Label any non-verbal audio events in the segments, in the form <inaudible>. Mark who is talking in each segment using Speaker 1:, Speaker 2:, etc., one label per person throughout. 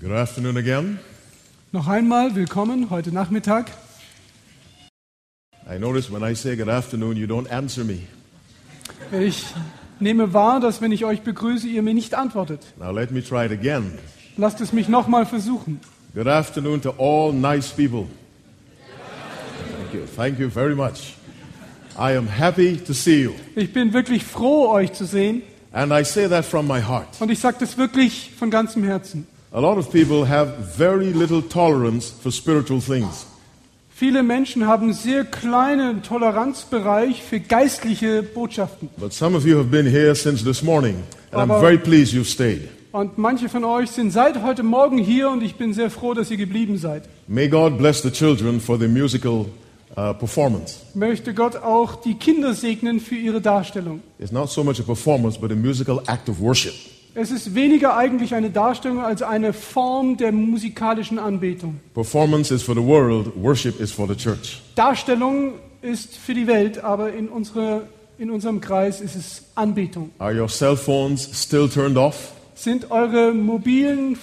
Speaker 1: Good afternoon again.
Speaker 2: Noch einmal willkommen heute Nachmittag.
Speaker 1: I notice when I say good afternoon, you don't answer me.
Speaker 2: Ich nehme wahr, dass wenn ich euch begrüße, ihr mir nicht antwortet.
Speaker 1: Now let me try it again.
Speaker 2: Lasst es mich nochmal versuchen.
Speaker 1: Good afternoon to all nice people. Thank you. Thank you very much. I am happy to see you.
Speaker 2: Ich bin wirklich froh, euch zu sehen
Speaker 1: And I say that from my heart.
Speaker 2: und ich sage das wirklich von ganzem Herzen.
Speaker 1: A lot of people have very little tolerance for spiritual things.
Speaker 2: Viele Menschen haben sehr kleinen Toleranzbereich für geistliche Botschaften.
Speaker 1: But some of you have been here since this morning, and I'm
Speaker 2: Aber-
Speaker 1: very pleased you've stayed.
Speaker 2: Und manche von euch sind seit heute Morgen hier und ich bin sehr froh, dass ihr geblieben seid.
Speaker 1: May God bless the children for their musical uh, performance.
Speaker 2: Ich möchte Gott auch die Kinder segnen für ihre Darstellung.
Speaker 1: It's not so much a performance, but a musical act of worship.
Speaker 2: Es ist weniger eigentlich eine Darstellung als eine Form der musikalischen Anbetung.
Speaker 1: Performance is for the world, worship is for the church.
Speaker 2: Darstellung ist für die Welt, aber in, unsere, in unserem Kreis ist es Anbetung.
Speaker 1: Are your cell phones still turned off?
Speaker 2: Sind eure mobilen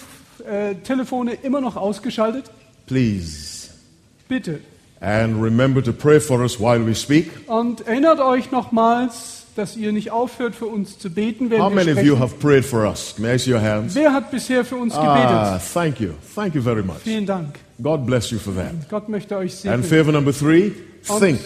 Speaker 2: äh, Telefone immer noch ausgeschaltet?
Speaker 1: Please.
Speaker 2: Bitte.
Speaker 1: And remember to pray for us while we speak.
Speaker 2: Und erinnert euch nochmals, dass ihr nicht aufhört, für uns zu beten,
Speaker 1: How
Speaker 2: während wir
Speaker 1: many of you
Speaker 2: sprechen.
Speaker 1: have prayed for us? May I see your hands?
Speaker 2: Wer hat bisher für uns
Speaker 1: Ah,
Speaker 2: gebetet?
Speaker 1: thank you. Thank you very much.
Speaker 2: Vielen Dank.
Speaker 1: God bless you for that.
Speaker 2: Gott möchte euch
Speaker 1: And
Speaker 2: segnen.
Speaker 1: favor number three, think.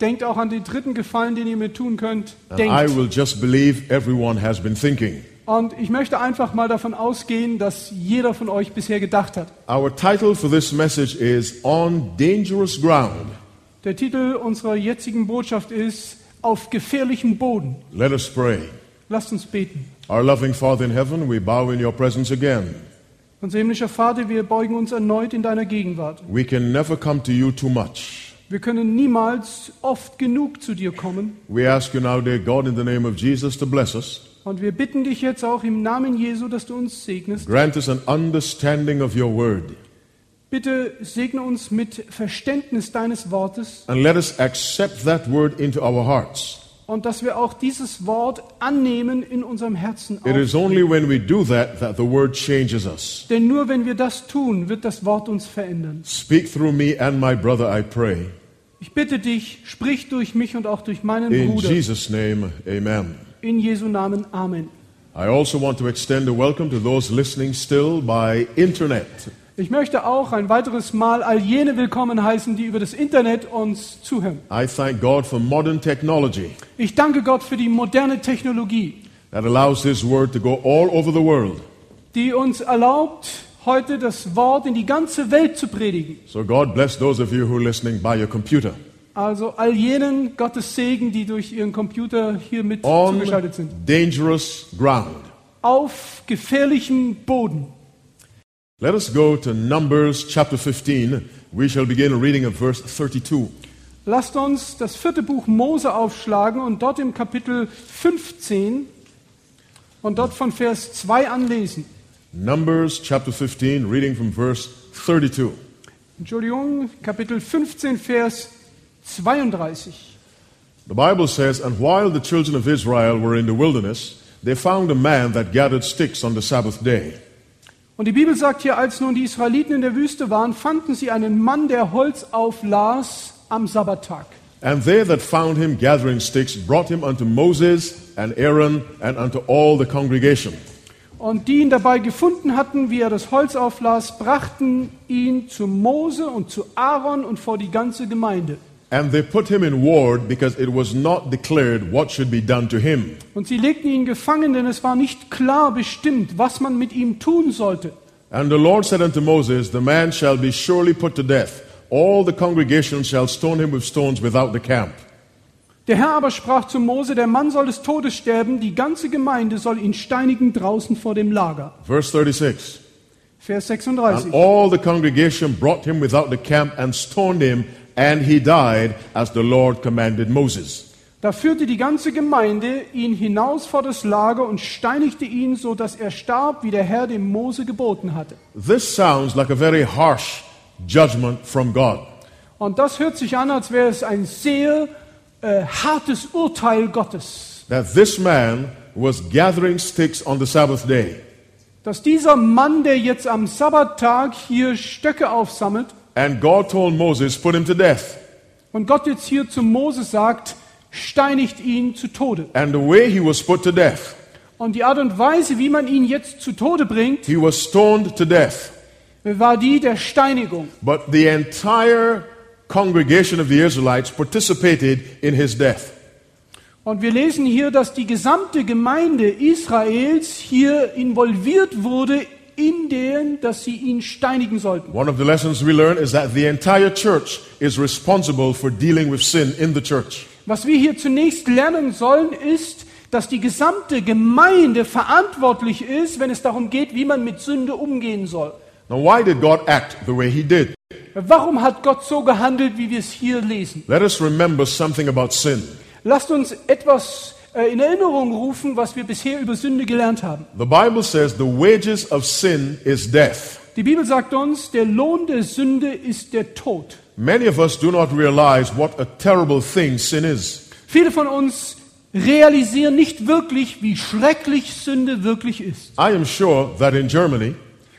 Speaker 2: Denkt auch an den dritten Gefallen, den ihr mir tun könnt.
Speaker 1: And I
Speaker 2: Denkt.
Speaker 1: will just believe everyone has been thinking.
Speaker 2: Und ich möchte einfach mal davon ausgehen, dass jeder von euch bisher gedacht hat.
Speaker 1: Our title for this message is On Dangerous Ground.
Speaker 2: Der Titel unserer jetzigen Botschaft ist Auf gefährlichem Boden.
Speaker 1: Let us pray.
Speaker 2: Lasst uns beten.
Speaker 1: Our loving Father in heaven, we bow in your presence again.
Speaker 2: Unser himmlischer Vater, wir beugen uns erneut in deiner Gegenwart.
Speaker 1: We can never come to you too much.
Speaker 2: Wir können niemals oft genug zu dir kommen.
Speaker 1: We ask you now, dear God, in the name of Jesus, to bless us.
Speaker 2: Und wir bitten dich jetzt auch im Namen Jesu, dass du uns segnest.
Speaker 1: Grant us an understanding of your word.
Speaker 2: Bitte segne uns mit Verständnis deines Wortes
Speaker 1: And let us accept that word into our hearts.
Speaker 2: und dass wir auch dieses Wort annehmen in unserem Herzen.
Speaker 1: It is
Speaker 2: auf.
Speaker 1: only when we do that that the word changes us.
Speaker 2: Denn nur wenn wir das tun, wird das Wort uns verändern.
Speaker 1: Speak through me and my brother, I pray.
Speaker 2: Ich bitte dich, sprich durch mich und auch durch meinen
Speaker 1: In
Speaker 2: Bruder.
Speaker 1: Jesus' name, amen.
Speaker 2: In Jesu Namen. Amen.
Speaker 1: I also want to extend a welcome to those listening still by internet.
Speaker 2: Ich möchte auch ein weiteres Mal all jene willkommen heißen, die über das Internet uns zuhören.
Speaker 1: I thank God for modern technology
Speaker 2: Ich danke Gott für die moderne Technologie,
Speaker 1: that allows His word to go all over the world.
Speaker 2: die uns erlaubt, heute das Wort in die ganze Welt zu predigen.
Speaker 1: So God bless those of you who are listening by your computer.
Speaker 2: Also all jenen Gottes Segen, die durch ihren Computer hier mit zugeschaltet sind.
Speaker 1: On dangerous ground.
Speaker 2: Auf gefährlichem Boden.
Speaker 1: Let us go to Numbers chapter 15. We shall begin reading at verse 32.
Speaker 2: Lasst uns das vierte Buch Mose aufschlagen und dort im Kapitel 15 und dort von Vers 2 anlesen.
Speaker 1: Numbers chapter 15, reading from verse 32.
Speaker 2: Entschuldigung, Kapitel 15, Vers 32.
Speaker 1: The Bible says, And while the children of Israel were in the wilderness, they found a man that gathered sticks on the Sabbath day.
Speaker 2: Und die Bibel sagt hier, als nun die Israeliten in der Wüste waren, fanden sie einen Mann, der Holz auflas am Sabbattag.
Speaker 1: And they that found him gathering sticks brought him unto Moses and Aaron and unto all the congregation.
Speaker 2: Und die ihn dabei gefunden hatten, wie er das Holz auflas, brachten ihn zu Mose und zu Aaron und vor die ganze Gemeinde.
Speaker 1: And they put him in ward because it was not declared what should be done to him.
Speaker 2: Und sie legten ihn gefangen, denn es war nicht klar bestimmt, was man mit ihm tun sollte.
Speaker 1: And the Lord said unto Moses, The man shall be surely put to death. All the congregation shall stone him with stones without the camp.
Speaker 2: Der Herr aber sprach zu Mose, der Mann soll des Todes sterben, die ganze Gemeinde soll ihn steinigen draußen vor dem Lager.
Speaker 1: Verse 36.
Speaker 2: Vers
Speaker 1: And
Speaker 2: 36.
Speaker 1: all the congregation brought him without the camp and stoned him, and he died as the Lord commanded Moses.
Speaker 2: Da führte die ganze Gemeinde ihn hinaus vor das Lager und steinigte ihn, so dass er starb, wie der Herr dem Mose geboten hatte.
Speaker 1: This sounds like a very harsh judgment from God.
Speaker 2: Und das hört sich an, als wäre es ein sehr äh, hartes Urteil Gottes,
Speaker 1: that this man was gathering sticks on the Sabbath day.
Speaker 2: dass dieser Mann, der jetzt am Sabbattag hier Stöcke aufsammelt
Speaker 1: And God told Moses, put him to death.
Speaker 2: und Gott jetzt hier zu Moses sagt, steinigt ihn zu Tode.
Speaker 1: And the way he was put to death,
Speaker 2: Und die Art und Weise, wie man ihn jetzt zu Tode bringt,
Speaker 1: he was stoned to death.
Speaker 2: war die der Steinigung.
Speaker 1: But the entire congregation of the Israelites participated in his death.
Speaker 2: Und wir lesen hier, dass die gesamte Gemeinde Israels hier involviert wurde, in dem, dass sie ihn steinigen sollten.
Speaker 1: One of the lessons we learn is that the entire church is responsible for dealing with sin in the church.
Speaker 2: Was wir hier zunächst lernen sollen, ist, dass die gesamte Gemeinde verantwortlich ist, wenn es darum geht, wie man mit Sünde umgehen soll.
Speaker 1: Now, why did God act the way he did?
Speaker 2: Warum hat Gott so gehandelt, wie wir es hier lesen?
Speaker 1: Let us remember something about sin.
Speaker 2: Lasst uns etwas äh, in Erinnerung rufen, was wir bisher über Sünde gelernt haben.
Speaker 1: The Bible says the wages of sin is death.
Speaker 2: Die Bibel sagt uns, der Lohn der Sünde ist der Tod.
Speaker 1: Many of us do not realize what a terrible thing sin is.
Speaker 2: Viele von uns realisieren nicht wirklich, wie schrecklich Sünde wirklich ist.
Speaker 1: I am sure that in Germany,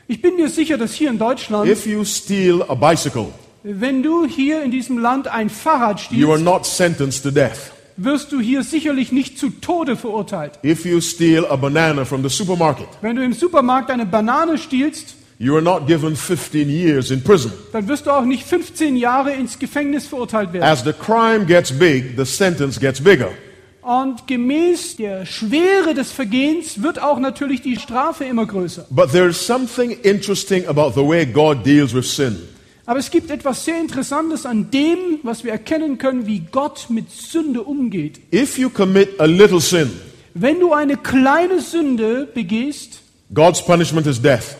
Speaker 2: Ich bin mir sicher, dass hier in Deutschland,
Speaker 1: if you steal a bicycle,
Speaker 2: wenn du hier in diesem Land ein Fahrrad
Speaker 1: you are
Speaker 2: stiehlst,
Speaker 1: not sentenced to death.
Speaker 2: wirst du hier sicherlich nicht zu Tode verurteilt.
Speaker 1: If you steal a banana from the supermarket,
Speaker 2: Wenn du im Supermarkt eine Banane stiehlst,
Speaker 1: you are not given 15 years in prison.
Speaker 2: dann wirst du auch nicht 15 Jahre ins Gefängnis verurteilt werden.
Speaker 1: As the crime gets big, the sentence gets bigger.
Speaker 2: Und gemäß der Schwere des Vergehens wird auch natürlich die Strafe immer größer.
Speaker 1: But there is something interesting about the way God deals with sin.
Speaker 2: Aber es gibt etwas sehr Interessantes an dem, was wir erkennen können, wie Gott mit Sünde umgeht.
Speaker 1: If you commit a little sin,
Speaker 2: Wenn du eine kleine Sünde begehst,
Speaker 1: God's punishment is death.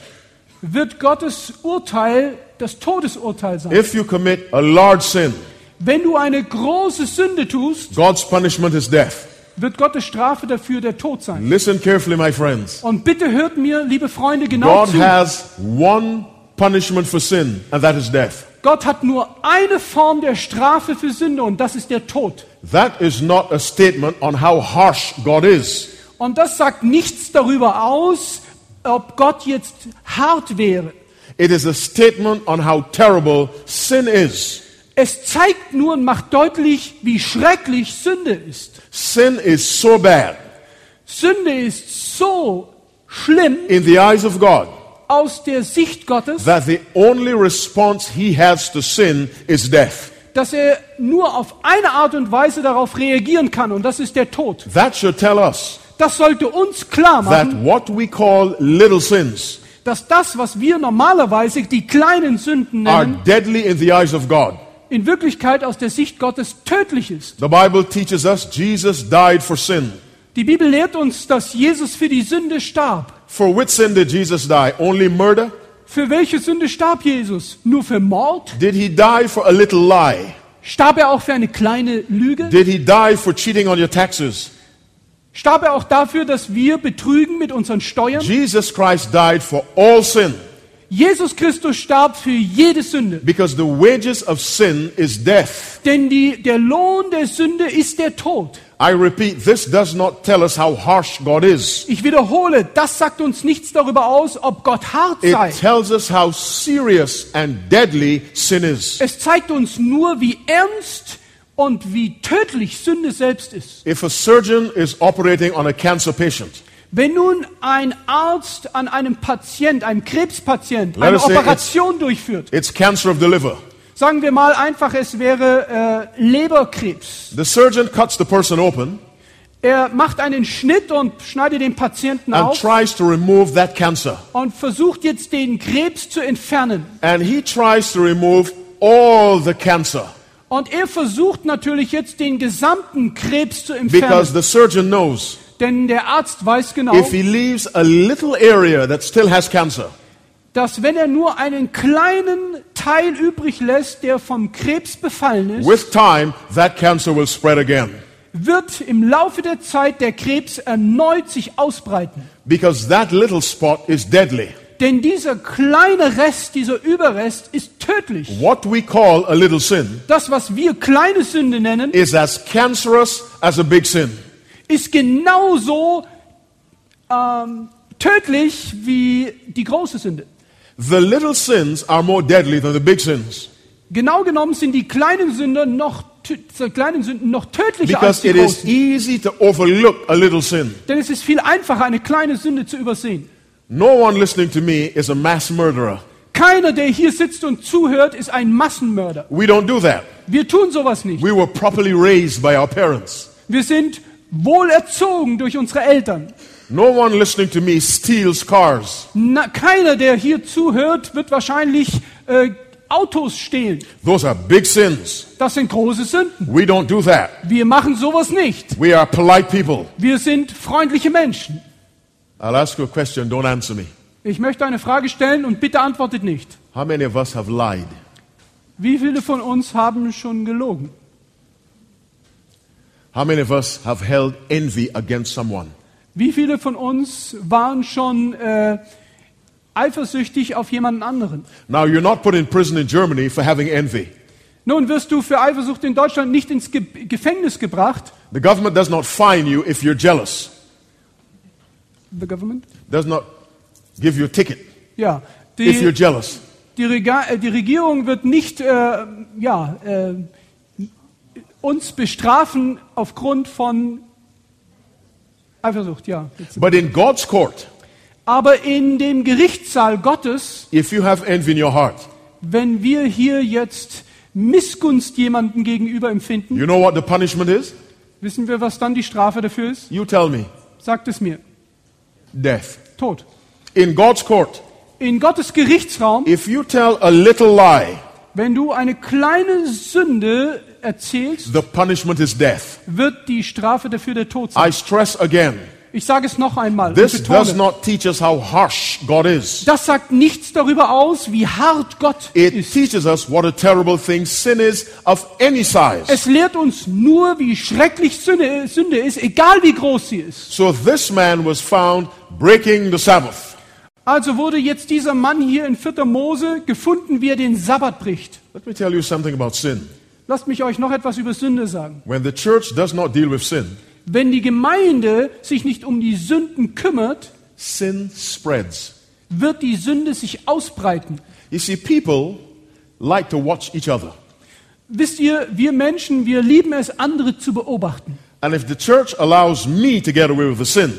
Speaker 2: wird Gottes Urteil das Todesurteil sein.
Speaker 1: If you commit a large sin,
Speaker 2: Wenn du eine große Sünde tust,
Speaker 1: God's punishment is death.
Speaker 2: wird Gottes Strafe dafür der Tod sein.
Speaker 1: Listen carefully, my friends.
Speaker 2: Und bitte hört mir, liebe Freunde, genau
Speaker 1: God
Speaker 2: zu.
Speaker 1: has one punishment for sin, and that is death.
Speaker 2: Gott hat nur eine Form der Strafe für Sünde und das ist der Tod.
Speaker 1: That is not a statement on how harsh God is.
Speaker 2: Und das sagt nichts darüber aus, ob Gott jetzt hart wäre.
Speaker 1: It is a statement on how terrible sin is.
Speaker 2: Es zeigt nur und macht deutlich, wie schrecklich Sünde ist.
Speaker 1: Sin is so bad
Speaker 2: Sünde ist so schlimm
Speaker 1: in the eyes of God
Speaker 2: aus der Sicht Gottes,
Speaker 1: that the only response he has to sin is death.
Speaker 2: dass er nur auf eine Art und Weise darauf reagieren kann und das ist der Tod.
Speaker 1: That should tell us
Speaker 2: Das sollte uns klar
Speaker 1: that
Speaker 2: machen,
Speaker 1: what we call little sins
Speaker 2: dass das, was wir normalerweise die kleinen Sünden
Speaker 1: are
Speaker 2: nennen,
Speaker 1: deadly in the eyes of God.
Speaker 2: in Wirklichkeit aus der Sicht Gottes tödlich ist.
Speaker 1: The Bible teaches us Jesus died for sin.
Speaker 2: Die Bibel lehrt uns, dass Jesus für die Sünde starb.
Speaker 1: For which sin did Jesus die? Only murder?
Speaker 2: Für welche Sünde starb Jesus? Nur für Mord?
Speaker 1: Did he die for a little lie?
Speaker 2: Starb er auch für eine kleine Lüge?
Speaker 1: Did he die for cheating on your taxes?
Speaker 2: Starb er auch dafür, dass wir betrügen mit unseren Steuern?
Speaker 1: Jesus Christ died for all sin
Speaker 2: Jesus Christus starb für jede Sünde.
Speaker 1: because the wages of sin is death.
Speaker 2: Denn die, der Lohn der Sünde ist der Tod.
Speaker 1: I repeat, this does not tell us how harsh God is.
Speaker 2: Ich wiederhole, das sagt uns nichts darüber aus, ob Gott hart sei.
Speaker 1: It tells us how serious and deadly sin is.
Speaker 2: Es zeigt uns nur, wie ernst und wie tödlich Sünde selbst ist.
Speaker 1: If a surgeon is operating on a cancer patient,
Speaker 2: Wenn nun ein Arzt an einem Patient, einem Krebspatient,
Speaker 1: Let
Speaker 2: eine
Speaker 1: us say
Speaker 2: Operation durchführt,
Speaker 1: it's cancer of the liver.
Speaker 2: sagen wir mal einfach, es wäre äh, Leberkrebs.
Speaker 1: The surgeon cuts the person open
Speaker 2: Er macht einen Schnitt und schneidet den Patienten
Speaker 1: and
Speaker 2: auf
Speaker 1: tries to remove that cancer.
Speaker 2: und versucht jetzt den Krebs zu entfernen.
Speaker 1: And he tries to remove all the cancer
Speaker 2: Und er versucht natürlich jetzt den gesamten Krebs zu
Speaker 1: because
Speaker 2: entfernen,
Speaker 1: the surgeon knows
Speaker 2: denn der Arzt weiß genau,
Speaker 1: if he leaves a little area that still has cancer,
Speaker 2: dass wenn er nur einen kleinen Teil übrig lässt, der vom Krebs befallen ist,
Speaker 1: with time that cancer will spread again
Speaker 2: wird im Laufe der Zeit der Krebs erneut sich ausbreiten.
Speaker 1: because that little spot is deadly.
Speaker 2: Denn dieser kleine Rest, dieser Überrest ist tödlich.
Speaker 1: What we call a little sin
Speaker 2: Das, was wir kleine Sünde nennen,
Speaker 1: is as cancerous as a big sin.
Speaker 2: ist genauso ähm, tödlich wie die große Sünde.
Speaker 1: The little sins are more deadly than the big sins
Speaker 2: Genau genommen sind die kleinen Sünder noch tö- die kleinen Sünden noch tödlicher als
Speaker 1: because
Speaker 2: die
Speaker 1: it is e-
Speaker 2: großen.
Speaker 1: easy to overlook a little sin.
Speaker 2: Denn es ist viel einfacher, eine kleine Sünde zu übersehen.
Speaker 1: No one listening to me is a mass murderer.
Speaker 2: Keiner, der hier sitzt und zuhört, ist ein Massenmörder.
Speaker 1: We don't do that.
Speaker 2: Wir tun sowas nicht.
Speaker 1: We were properly raised by our parents.
Speaker 2: Wir sind wohlerzogen durch unsere Eltern.
Speaker 1: No one listening to me steals cars.
Speaker 2: Na, keiner, der hier zuhört, wird wahrscheinlich äh, Autos stehlen.
Speaker 1: Those are big sins.
Speaker 2: Das sind große Sünden.
Speaker 1: We don't do that.
Speaker 2: Wir machen sowas nicht.
Speaker 1: We are polite people.
Speaker 2: Wir sind freundliche Menschen.
Speaker 1: I'll ask you a question, don't answer me.
Speaker 2: Ich möchte eine Frage stellen und bitte antwortet nicht.
Speaker 1: How many of us have lied?
Speaker 2: Wie viele von uns haben schon gelogen?
Speaker 1: How many of us have held envy against someone?
Speaker 2: Wie viele von uns waren schon äh, eifersüchtig auf jemanden anderen?
Speaker 1: Now, you're not put in prison in Germany for having envy.
Speaker 2: Nun wirst du für Eifersucht in Deutschland nicht ins Ge Gefängnis gebracht.
Speaker 1: The government does not fine you if you're jealous,
Speaker 2: The government?
Speaker 1: does not give you a ticket
Speaker 2: Ja.
Speaker 1: if you're
Speaker 2: Die,
Speaker 1: jealous.
Speaker 2: die, Rega äh, die Regierung wird nicht äh, ja, äh, uns bestrafen aufgrund von Eifersucht, ja.
Speaker 1: But in God's court,
Speaker 2: Aber in dem Gerichtssaal Gottes,
Speaker 1: if you have envy in your heart,
Speaker 2: wenn wir hier jetzt Missgunst jemandem gegenüber empfinden,
Speaker 1: you know what the punishment is?
Speaker 2: wissen wir, was dann die Strafe dafür ist?
Speaker 1: You tell me.
Speaker 2: Sagt es mir.
Speaker 1: Death.
Speaker 2: Tod.
Speaker 1: In God's court,
Speaker 2: In Gottes Gerichtsraum
Speaker 1: if you tell a little lie,
Speaker 2: Wenn du eine kleine Sünde erzählst,
Speaker 1: the punishment is death.
Speaker 2: wird die Strafe dafür der Tod sein.
Speaker 1: I stress again,
Speaker 2: Ich sage es noch einmal. und
Speaker 1: this does
Speaker 2: betone,
Speaker 1: not teach us how harsh God is.
Speaker 2: das sagt nichts darüber aus, wie hart Gott
Speaker 1: It
Speaker 2: ist.
Speaker 1: teaches us what a terrible thing sin is of any size.
Speaker 2: Es lehrt uns nur, wie schrecklich Sünde, Sünde ist, egal wie groß sie ist.
Speaker 1: So this man was found breaking the Sabbath.
Speaker 2: Also wurde jetzt dieser Mann hier in 4. Mose gefunden, wie er den Sabbat bricht.
Speaker 1: Let me tell you something about sin.
Speaker 2: Lasst mich euch noch etwas über Sünde sagen.
Speaker 1: When the church does not deal with sin,
Speaker 2: Wenn die Gemeinde sich nicht um die Sünden kümmert,
Speaker 1: sin spreads.
Speaker 2: wird die Sünde sich ausbreiten.
Speaker 1: You see, people like to watch each other.
Speaker 2: Wisst ihr, wir Menschen, wir lieben es, andere zu beobachten.
Speaker 1: And if the church allows me to get away with the sin,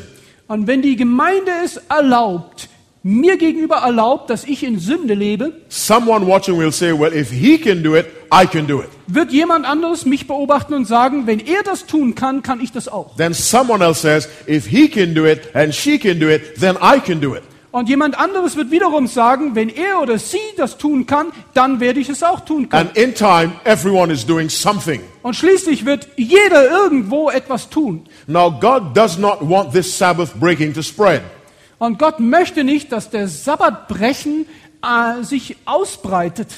Speaker 2: Und wenn die Gemeinde es erlaubt, mir gegenüber erlaubt, dass ich in Sünde lebe,
Speaker 1: someone watching will say, well, if he can do it, I can do it.
Speaker 2: wird jemand anderes mich beobachten und sagen, wenn er das tun kann, kann ich das auch.
Speaker 1: Then someone else says, if he can do it and she can do it, then I can do it.
Speaker 2: Und jemand anderes wird wiederum sagen, wenn er oder sie das tun kann, dann werde ich es auch tun können.
Speaker 1: And in time, everyone is doing something.
Speaker 2: Und schließlich wird jeder irgendwo etwas tun.
Speaker 1: Now, God does not want this Sabbath breaking to spread.
Speaker 2: Und Gott möchte nicht, dass der Sabbatbrechen äh, sich ausbreitet.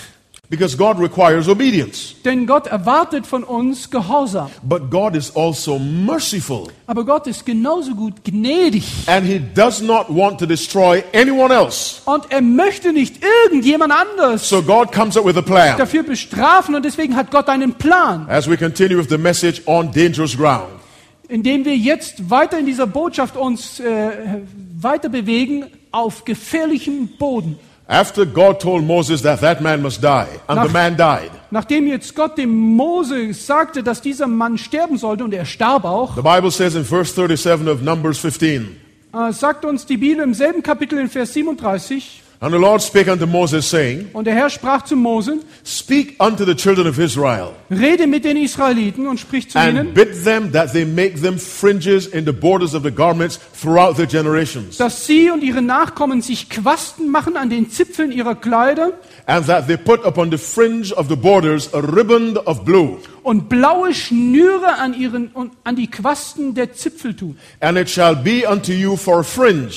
Speaker 1: Because God requires obedience.
Speaker 2: Denn Gott erwartet von uns Gehorsam.
Speaker 1: But God is also merciful.
Speaker 2: Aber Gott ist genauso gut gnädig.
Speaker 1: And He does not want to destroy anyone else.
Speaker 2: Und er möchte nicht irgendjemand anders
Speaker 1: So God comes up with a plan.
Speaker 2: dafür bestrafen. Und deswegen hat Gott einen Plan,
Speaker 1: As we continue with the message on dangerous ground,
Speaker 2: indem wir jetzt weiter in dieser Botschaft uns äh, weiter bewegen auf gefährlichem Boden.
Speaker 1: after God told Moses that that man must die, and the
Speaker 2: Nach-
Speaker 1: man died,
Speaker 2: Nachdem jetzt Gott dem Mose sagte, dass dieser Mann sterben sollte, und er starb auch,
Speaker 1: the Bible says in verse 37 of Numbers 15,
Speaker 2: äh, sagt uns die Bibel im selben Kapitel in Vers 37,
Speaker 1: And the Lord spake unto Moses, saying,
Speaker 2: und der Herr sprach zu Mose,
Speaker 1: Speak unto the children of Israel,
Speaker 2: rede mit den Israeliten und sprich zu ihnen,
Speaker 1: and bid them that they make them fringes in the borders of the garments throughout their generations,
Speaker 2: dass sie und ihre Nachkommen sich Quasten machen an den Zipfeln ihrer Kleider
Speaker 1: and that they put upon the fringe of the borders a riband of blue,
Speaker 2: und blaue Schnüre an, ihren, und an die Quasten der Zipfel tun.
Speaker 1: and it shall be unto you for a fringe,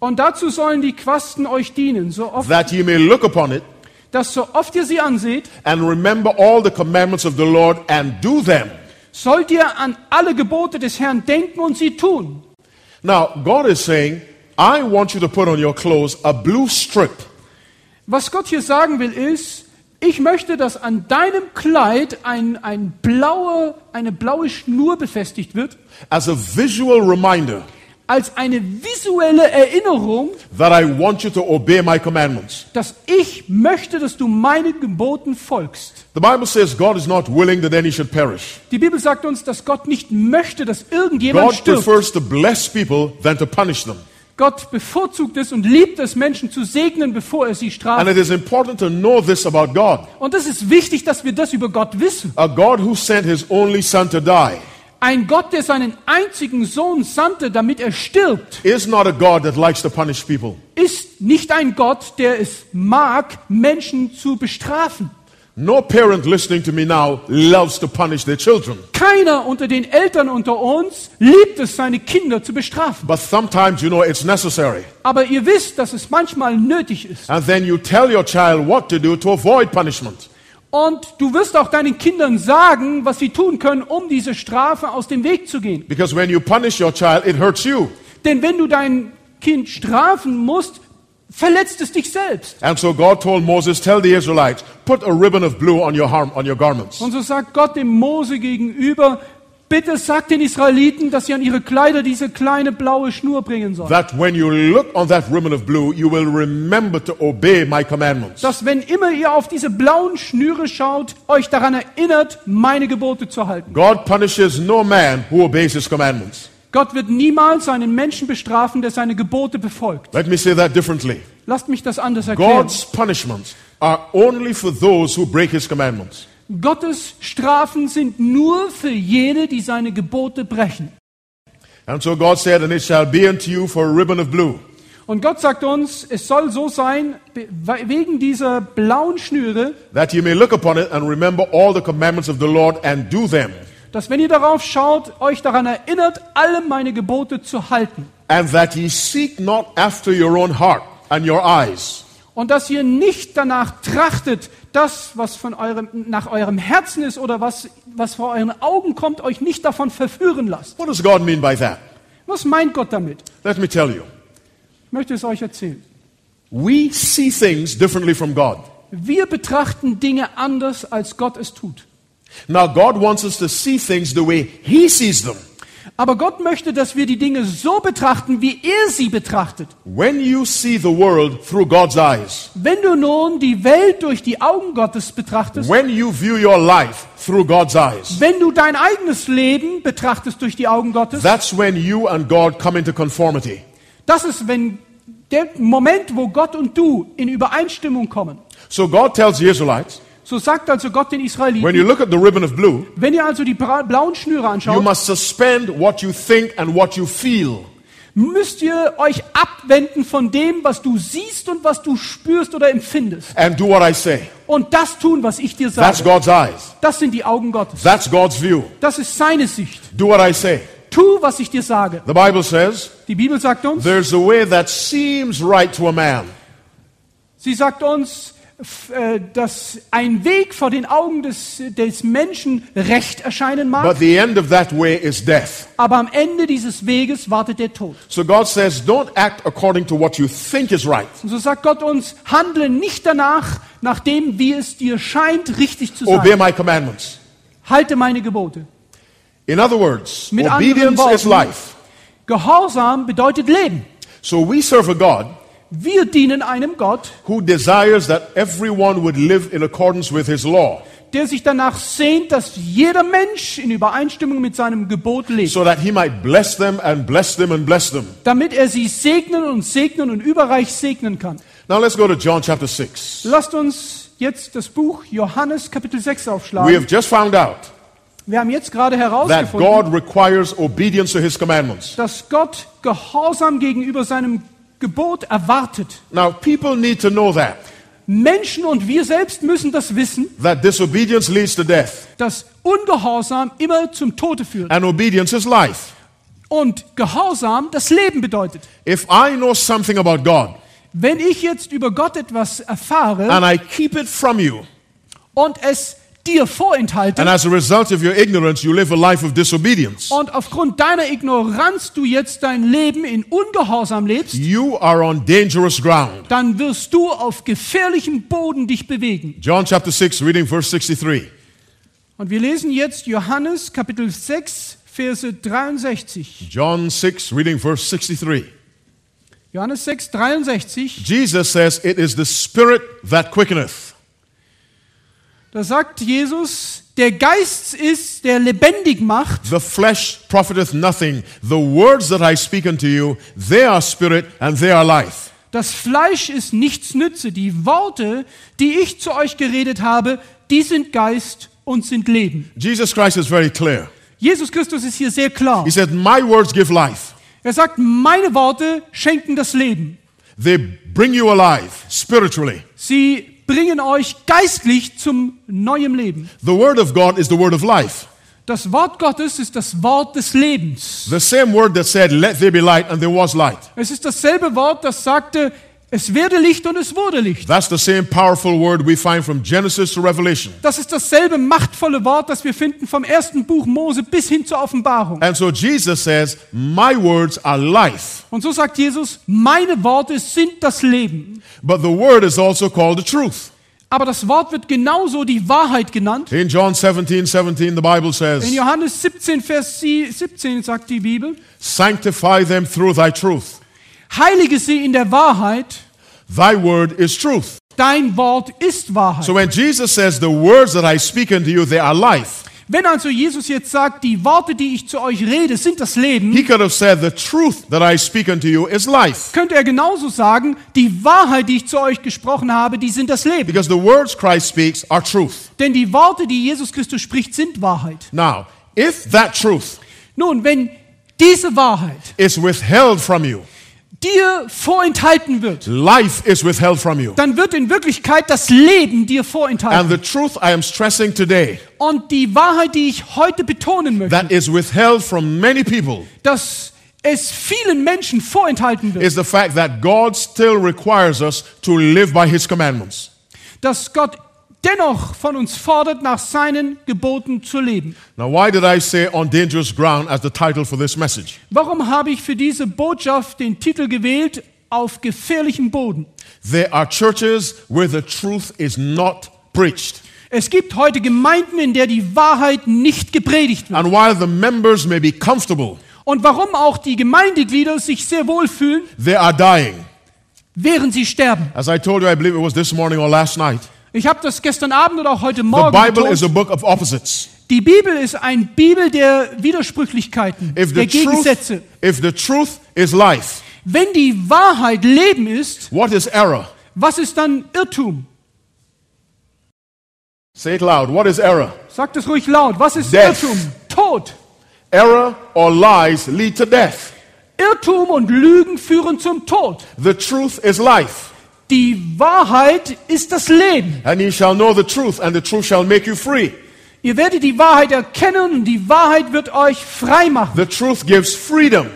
Speaker 2: Und dazu sollen die Quasten euch dienen, so oft,
Speaker 1: that ye may look upon it,
Speaker 2: dass so oft ihr sie anseht,
Speaker 1: and remember all the commandments of the Lord, and do them.
Speaker 2: sollt ihr an alle Gebote des Herrn denken und sie tun.
Speaker 1: Now, God is saying, I want you to put on your clothes a blue strip,
Speaker 2: Was Gott hier sagen will ist, ich möchte, dass an deinem Kleid ein, ein blaue, eine blaue Schnur befestigt wird,
Speaker 1: as a visual reminder
Speaker 2: als eine visuelle Erinnerung,
Speaker 1: that I want you to obey my commandments.
Speaker 2: dass ich möchte, dass du meinen Geboten folgst.
Speaker 1: The Bible says God is not willing that any should perish.
Speaker 2: Die Bibel sagt uns, dass Gott nicht möchte, dass irgendjemand
Speaker 1: God
Speaker 2: stirbt.
Speaker 1: prefers to bless people than to punish them.
Speaker 2: Gott bevorzugt es und liebt es, Menschen zu segnen, bevor er sie
Speaker 1: And
Speaker 2: straft.
Speaker 1: it is important to know this about God.
Speaker 2: Und es ist wichtig, dass wir das über Gott wissen.
Speaker 1: A God who sent his only son to die
Speaker 2: Ein Gott, der seinen einzigen Sohn sandte, damit er stirbt,
Speaker 1: is not a God that likes to punish people.
Speaker 2: ist nicht ein Gott, der es mag, Menschen zu bestrafen.
Speaker 1: No parent listening to me now loves to punish their children.
Speaker 2: Keiner unter den Eltern unter uns liebt es, seine Kinder zu bestrafen.
Speaker 1: But sometimes, you know, it's necessary.
Speaker 2: Aber ihr wisst, dass es manchmal nötig ist.
Speaker 1: And then you tell your child what to do to avoid punishment.
Speaker 2: Und du wirst auch deinen Kindern sagen, was sie tun können, um diese Strafe aus dem Weg zu gehen.
Speaker 1: Because when you punish your child, it hurts you.
Speaker 2: Denn wenn du dein Kind strafen musst, verletzt es dich selbst.
Speaker 1: And so God told Moses, tell the Israelites, put a ribbon of blue on your, harm, on your garments.
Speaker 2: Und so sagt Gott dem Mose gegenüber, bitte sagt den Israeliten, dass sie an ihre Kleider diese kleine blaue Schnur bringen sollen.
Speaker 1: That when you look on that ribbon of blue, you will remember to obey my commandments.
Speaker 2: Dass wenn immer ihr auf diese blauen Schnüre schaut, euch daran erinnert, meine Gebote zu halten.
Speaker 1: God punishes no man who obeys his commandments.
Speaker 2: Gott wird niemals einen Menschen bestrafen, der seine Gebote befolgt.
Speaker 1: Let me say that differently.
Speaker 2: Lasst mich das anders erklären.
Speaker 1: God's punishments are only for those who break his commandments.
Speaker 2: Gottes Strafen sind nur für jene, die seine Gebote brechen.
Speaker 1: And so God said, And it shall be unto you for a ribbon of blue.
Speaker 2: Und Gott sagt uns, es soll so sein, be- wegen dieser blauen Schnüre,
Speaker 1: that ye may look upon it and remember all the commandments of the Lord and do them.
Speaker 2: dass wenn ihr darauf schaut, euch daran erinnert, alle meine Gebote zu halten.
Speaker 1: And that ye seek not after your own heart and your eyes,
Speaker 2: Und dass ihr nicht danach trachtet, das, was von eurem, nach eurem Herzen ist oder was, was vor euren Augen kommt, euch nicht davon verführen lasst.
Speaker 1: What does God mean by that?
Speaker 2: Was meint Gott damit?
Speaker 1: Let me tell you.
Speaker 2: Ich möchte es euch erzählen.
Speaker 1: We see things differently from God.
Speaker 2: Wir betrachten Dinge anders, als Gott es tut.
Speaker 1: Now, God wants us to see things the way He sees them.
Speaker 2: Aber Gott möchte, dass wir die Dinge so betrachten, wie er sie betrachtet.
Speaker 1: When you see the world through God's eyes,
Speaker 2: Wenn du nun die Welt durch die Augen Gottes betrachtest,
Speaker 1: when you view your life through God's eyes,
Speaker 2: wenn du dein eigenes Leben betrachtest durch die Augen Gottes,
Speaker 1: that's when you and God come into conformity.
Speaker 2: Das ist, wenn der Moment, wo Gott und du in Übereinstimmung kommen.
Speaker 1: So, God tells the Israelites,
Speaker 2: So sagt also Gott den
Speaker 1: when
Speaker 2: Israeliten,
Speaker 1: you look at the ribbon of blue,
Speaker 2: wenn ihr also die bra- blauen Schnüre
Speaker 1: You
Speaker 2: anschaut,
Speaker 1: must suspend what you think and what you feel.
Speaker 2: müsst ihr euch abwenden von dem, was du siehst und was du spürst oder empfindest.
Speaker 1: And do what I say.
Speaker 2: Und das tun, was ich dir
Speaker 1: That's
Speaker 2: sage.
Speaker 1: God's eyes.
Speaker 2: Das sind die Augen Gottes.
Speaker 1: That's God's view.
Speaker 2: Das ist seine Sicht.
Speaker 1: Do what I say.
Speaker 2: Tu, was ich dir sage.
Speaker 1: The Bible says
Speaker 2: Die Bibel sagt uns,
Speaker 1: there's a way that seems right to a man,
Speaker 2: sie sagt uns, f- äh, dass ein Weg vor den Augen des, des Menschen recht erscheinen
Speaker 1: but
Speaker 2: mag,
Speaker 1: the end of that way is death.
Speaker 2: aber am Ende dieses Weges wartet der Tod.
Speaker 1: So God says, don't act according to what you think is right.
Speaker 2: Und so sagt Gott uns, handle nicht danach, nach dem, wie es dir scheint, richtig zu sein.
Speaker 1: Obey my commandments.
Speaker 2: Halte meine Gebote.
Speaker 1: In other words,
Speaker 2: Mit anderen
Speaker 1: obedience is
Speaker 2: Worten-
Speaker 1: life.
Speaker 2: Gehorsam bedeutet Leben.
Speaker 1: So we serve a God
Speaker 2: Wir dienen einem Gott,
Speaker 1: who desires that everyone would live in accordance with his law
Speaker 2: der sich danach sehnt, dass jeder Mensch in Übereinstimmung mit seinem Gebot lebt,
Speaker 1: so that he might bless them and bless them and bless them.
Speaker 2: damit er sie segnen und segnen und überreich segnen kann.
Speaker 1: Now let's go to John chapter 6.
Speaker 2: Lasst uns jetzt das Buch Johannes Kapitel 6
Speaker 1: We
Speaker 2: aufschlagen.
Speaker 1: have just found out
Speaker 2: Wir haben jetzt gerade
Speaker 1: that God
Speaker 2: herausgefunden,
Speaker 1: requires obedience to his commandments.
Speaker 2: dass Gott Gehorsam gegenüber seinem Gebot erwartet.
Speaker 1: Now, people need to know that,
Speaker 2: Menschen und wir selbst müssen das wissen,
Speaker 1: that disobedience leads to death,
Speaker 2: dass Ungehorsam immer zum Tode führt
Speaker 1: and obedience is life.
Speaker 2: und Gehorsam das Leben bedeutet.
Speaker 1: If I know something about God
Speaker 2: Wenn ich jetzt über Gott etwas erfahre
Speaker 1: and I keep it from you,
Speaker 2: und es dir vorenthalte
Speaker 1: and as a result of your ignorance, you live a life of disobedience,
Speaker 2: und aufgrund deiner Ignoranz du jetzt dein Leben in Ungehorsam lebst,
Speaker 1: you are on dangerous ground.
Speaker 2: dann wirst du auf gefährlichem Boden dich bewegen.
Speaker 1: John chapter 6, reading verse 63.
Speaker 2: Und wir lesen jetzt Johannes Kapitel 6, Verse 63.
Speaker 1: John 6, reading verse 63.
Speaker 2: Johannes 6, 63.
Speaker 1: Jesus says, It is the Spirit that quickeneth.
Speaker 2: Da sagt Jesus, der Geist ist, der lebendig macht
Speaker 1: The flesh profiteth nothing. The words that I speak unto you, they are spirit and they are life.
Speaker 2: Das Fleisch ist nichts nütze. Die Worte, die ich zu euch geredet habe, die sind Geist und sind Leben.
Speaker 1: Jesus Christ is very clear.
Speaker 2: Jesus Christus ist hier sehr klar.
Speaker 1: He said, My words give life.
Speaker 2: Er sagt, meine Worte schenken das Leben.
Speaker 1: They bring you alive spiritually.
Speaker 2: Sie bringen euch geistlich zum neuen Leben.
Speaker 1: The word of God is the word of life.
Speaker 2: Das Wort Gottes ist das Wort des Lebens.
Speaker 1: The same word that said, Let there be light, and there was light.
Speaker 2: Es ist dasselbe Wort, das sagte, es werde Licht und es wurde Licht.
Speaker 1: That's the same powerful word we find from Genesis to Revelation.
Speaker 2: Das ist dasselbe machtvolle Wort, das wir finden vom ersten Buch Mose bis hin zur Offenbarung.
Speaker 1: And so Jesus says, My words are life,
Speaker 2: Und so sagt Jesus, meine Worte sind das Leben.
Speaker 1: but the word is also called the truth.
Speaker 2: Aber das Wort wird genauso die Wahrheit genannt.
Speaker 1: In John 17 17, the Bible
Speaker 2: In
Speaker 1: says,
Speaker 2: Johannes 17, Vers sie- 17 sagt die Bibel,
Speaker 1: Sanctify them through thy truth.
Speaker 2: heilige sie in der Wahrheit,
Speaker 1: Thy word is truth.
Speaker 2: dein Wort ist Wahrheit.
Speaker 1: So when Jesus says, The words that I speak unto you, they are life,
Speaker 2: Wenn also Jesus jetzt sagt, die Worte, die ich zu euch rede, sind das Leben,
Speaker 1: he could have said, The truth that I speak unto you is life.
Speaker 2: könnte er genauso sagen, die Wahrheit, die ich zu euch gesprochen habe, die sind das Leben.
Speaker 1: Because the words Christ speaks are truth.
Speaker 2: Denn die Worte, die Jesus Christus spricht, sind Wahrheit.
Speaker 1: Now, if that truth
Speaker 2: Nun, wenn diese Wahrheit
Speaker 1: is withheld from you,
Speaker 2: dir vorenthalten wird,
Speaker 1: life is withheld from you.
Speaker 2: dann wird in Wirklichkeit das Leben dir vorenthalten.
Speaker 1: And the truth I am stressing today
Speaker 2: Und die Wahrheit, die ich heute betonen möchte,
Speaker 1: that is withheld from many people
Speaker 2: dass es vielen Menschen vorenthalten wird,
Speaker 1: is the fact that God still requires us to live by His commandments.
Speaker 2: dass Gott dennoch von uns fordert, nach seinen Geboten zu leben.
Speaker 1: Now, why did I say on dangerous ground as the title for this message?
Speaker 2: Warum habe ich für diese Botschaft den Titel gewählt, auf gefährlichem Boden?
Speaker 1: There are churches where the truth is not preached.
Speaker 2: Es gibt heute Gemeinden, in der die Wahrheit nicht gepredigt wird.
Speaker 1: And while the members may be comfortable,
Speaker 2: Und warum auch die Gemeindeglieder sich sehr wohl fühlen,
Speaker 1: they are dying.
Speaker 2: während sie sterben.
Speaker 1: As I told you, I believe it was this morning or last night.
Speaker 2: Ich habe das gestern Abend oder auch
Speaker 1: The
Speaker 2: heute Morgen
Speaker 1: Bible
Speaker 2: betont.
Speaker 1: is a book of opposites.
Speaker 2: Die Bibel ist ein Bibel der Widersprüchlichkeiten,
Speaker 1: If
Speaker 2: der
Speaker 1: the, truth,
Speaker 2: Gegensätze.
Speaker 1: if the truth is life,
Speaker 2: Wenn die Wahrheit Leben ist,
Speaker 1: what is error?
Speaker 2: was ist dann Irrtum?
Speaker 1: Say it loud. What is error?
Speaker 2: Sagt es ruhig laut. Was ist
Speaker 1: Death.
Speaker 2: Irrtum? Tod.
Speaker 1: Error or lies lead to death.
Speaker 2: Irrtum und Lügen führen zum Tod.
Speaker 1: The truth is life,
Speaker 2: Die Wahrheit ist das Leben.
Speaker 1: and ye shall know the truth, and the truth shall make you free.
Speaker 2: Ihr werdet die Wahrheit erkennen und die Wahrheit wird euch frei machen.
Speaker 1: The truth gives freedom.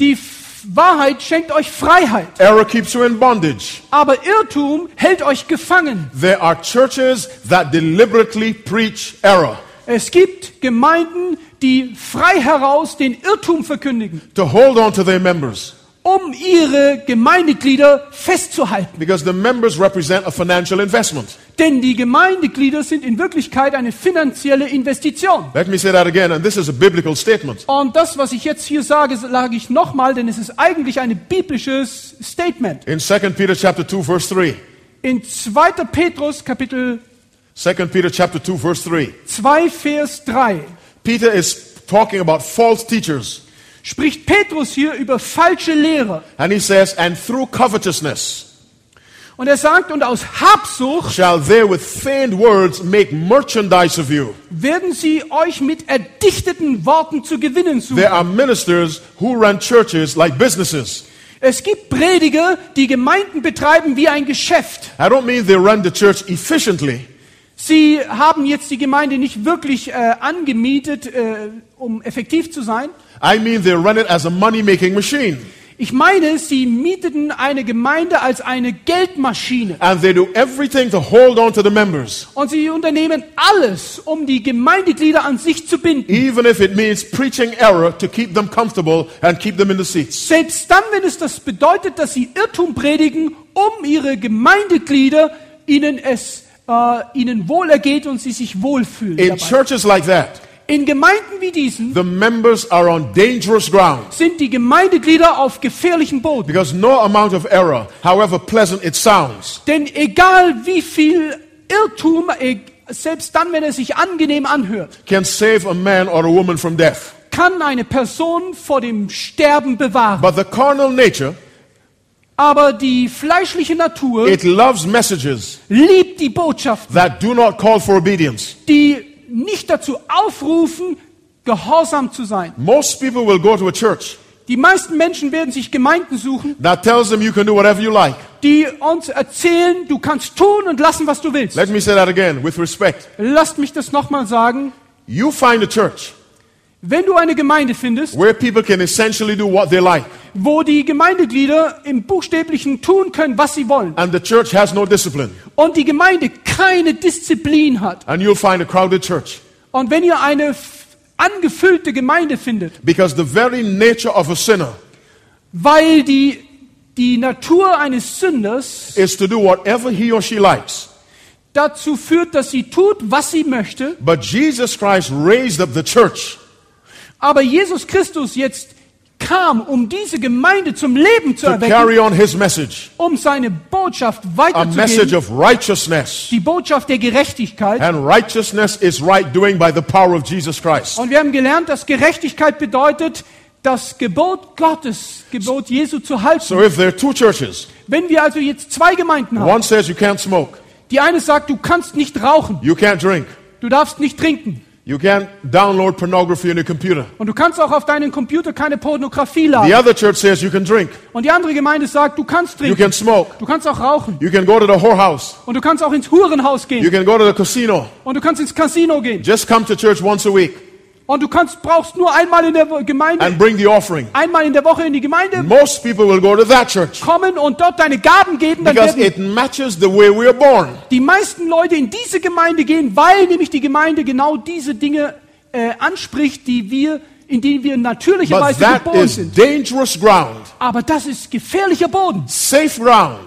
Speaker 2: Die F Wahrheit schenkt euch Freiheit.
Speaker 1: Error keeps you in bondage.
Speaker 2: Aber Irrtum hält euch gefangen.
Speaker 1: There are churches that deliberately preach error
Speaker 2: Es gibt Gemeinden, die frei heraus den Irrtum verkündigen,
Speaker 1: to hold on to their members
Speaker 2: um ihre Gemeindeglieder festzuhalten.
Speaker 1: because the members represent a financial investment.
Speaker 2: Denn die Gemeindeglieder sind in Wirklichkeit eine finanzielle Investition.
Speaker 1: Let me say that again, and this is a biblical statement.
Speaker 2: Und das, was ich jetzt hier sage, sage ich nochmal, denn es ist eigentlich ein biblisches Statement.
Speaker 1: In 2 Peter chapter 2 verse 3.
Speaker 2: In 2. Petrus Kapitel
Speaker 1: 2 Peter chapter 2 verse 3.
Speaker 2: 2, Vers 3
Speaker 1: Peter is talking about false teachers.
Speaker 2: spricht Petrus hier über falsche Lehrer.
Speaker 1: And he says, And through covetousness
Speaker 2: Und er sagt, und aus Habsucht
Speaker 1: shall they with feigned words make merchandise of you.
Speaker 2: werden sie euch mit erdichteten Worten zu gewinnen
Speaker 1: There
Speaker 2: suchen.
Speaker 1: are ministers who run churches like businesses.
Speaker 2: Es gibt Prediger, die Gemeinden betreiben wie ein Geschäft.
Speaker 1: I don't mean they run the church efficiently,
Speaker 2: Sie haben jetzt die Gemeinde nicht wirklich äh, angemietet, äh, um effektiv zu sein.
Speaker 1: I mean they run it as a money making machine.
Speaker 2: Ich meine, sie mieteten eine Gemeinde als eine Geldmaschine.
Speaker 1: And they do everything to hold on to the members,
Speaker 2: Und sie unternehmen alles, um die Gemeindeglieder an sich zu binden.
Speaker 1: even if it means preaching error to keep them comfortable and keep them in the seats.
Speaker 2: Selbst dann, wenn es das bedeutet, dass sie Irrtum predigen, um ihre Gemeindeglieder, ihnen es äh, ihnen wohlergeht und sie sich wohlfühlen.
Speaker 1: In
Speaker 2: Dabei.
Speaker 1: churches like that,
Speaker 2: In Gemeinden wie diesen
Speaker 1: the members are on dangerous ground
Speaker 2: sind die Gemeindeglieder auf gefährlichem Boden.
Speaker 1: because no amount of error, however pleasant it sounds,
Speaker 2: Denn egal wie viel Irrtum, e- selbst dann, wenn er sich angenehm anhört,
Speaker 1: can save a man or a woman from death.
Speaker 2: kann eine Person vor dem Sterben bewahren.
Speaker 1: But the carnal nature,
Speaker 2: Aber die fleischliche Natur
Speaker 1: it loves messages
Speaker 2: liebt die Botschaft,
Speaker 1: that do not call for obedience.
Speaker 2: die nicht dazu aufrufen, gehorsam zu sein.
Speaker 1: Most people will go to a church
Speaker 2: Die meisten Menschen werden sich Gemeinden suchen,
Speaker 1: that tells them you can do whatever you like.
Speaker 2: die uns erzählen, du kannst tun und lassen, was du willst.
Speaker 1: Let me say that again with respect.
Speaker 2: Lasst mich das nochmal sagen.
Speaker 1: You find a church
Speaker 2: Wenn du eine Gemeinde findest,
Speaker 1: where people can essentially do what they like,
Speaker 2: wo die Gemeindeglieder im Buchstäblichen tun können, was sie wollen,
Speaker 1: and the church has no discipline,
Speaker 2: und die Gemeinde keine Disziplin hat,
Speaker 1: and you'll find a crowded church.
Speaker 2: und wenn ihr eine f- angefüllte Gemeinde findet,
Speaker 1: Because the very nature of a sinner
Speaker 2: weil die, die Natur eines Sünders
Speaker 1: is to do whatever he or she likes.
Speaker 2: dazu führt, dass sie tut, was sie möchte,
Speaker 1: But Jesus Christ raised up the church
Speaker 2: aber Jesus Christus jetzt kam, um diese Gemeinde zum Leben zu
Speaker 1: to
Speaker 2: erwecken,
Speaker 1: carry on his message,
Speaker 2: um seine Botschaft
Speaker 1: a message
Speaker 2: weiterzugeben,
Speaker 1: of righteousness.
Speaker 2: die Botschaft der Gerechtigkeit.
Speaker 1: And righteousness is right doing by the power of Jesus Christ.
Speaker 2: Und wir haben gelernt, dass Gerechtigkeit bedeutet, das Gebot Gottes, Gebot Jesu zu halten.
Speaker 1: So if there are two churches,
Speaker 2: Wenn wir also jetzt zwei Gemeinden haben,
Speaker 1: one says you can't smoke,
Speaker 2: Die eine sagt, du kannst nicht rauchen,
Speaker 1: you can't drink,
Speaker 2: du darfst nicht trinken
Speaker 1: you can't download pornography on your computer.
Speaker 2: und du kannst auch auf deinen Computer keine Pornografie
Speaker 1: The
Speaker 2: laden.
Speaker 1: other church says you can drink,
Speaker 2: Und die andere Gemeinde sagt, du kannst
Speaker 1: you
Speaker 2: trinken,
Speaker 1: can smoke,
Speaker 2: du kannst auch rauchen
Speaker 1: you can go to the whorehouse,
Speaker 2: und du kannst auch ins Hurenhaus
Speaker 1: you
Speaker 2: gehen
Speaker 1: can go to the casino.
Speaker 2: und du kannst ins Casino gehen
Speaker 1: Just come to church once a week
Speaker 2: und du kannst brauchst nur einmal in der Wo- Gemeinde,
Speaker 1: and bring the offering.
Speaker 2: einmal in der Woche in die Gemeinde
Speaker 1: Most people will go to that church
Speaker 2: kommen und dort deine Gaben geben, dann
Speaker 1: because
Speaker 2: werden
Speaker 1: it matches the way we are born.
Speaker 2: die meisten Leute in diese Gemeinde gehen, weil nämlich die Gemeinde genau diese Dinge äh, anspricht, die wir in denen wir
Speaker 1: But
Speaker 2: natürlicherweise
Speaker 1: that
Speaker 2: geboren
Speaker 1: is
Speaker 2: sind.
Speaker 1: dangerous ground,
Speaker 2: Aber das ist gefährlicher Boden.
Speaker 1: safe ground.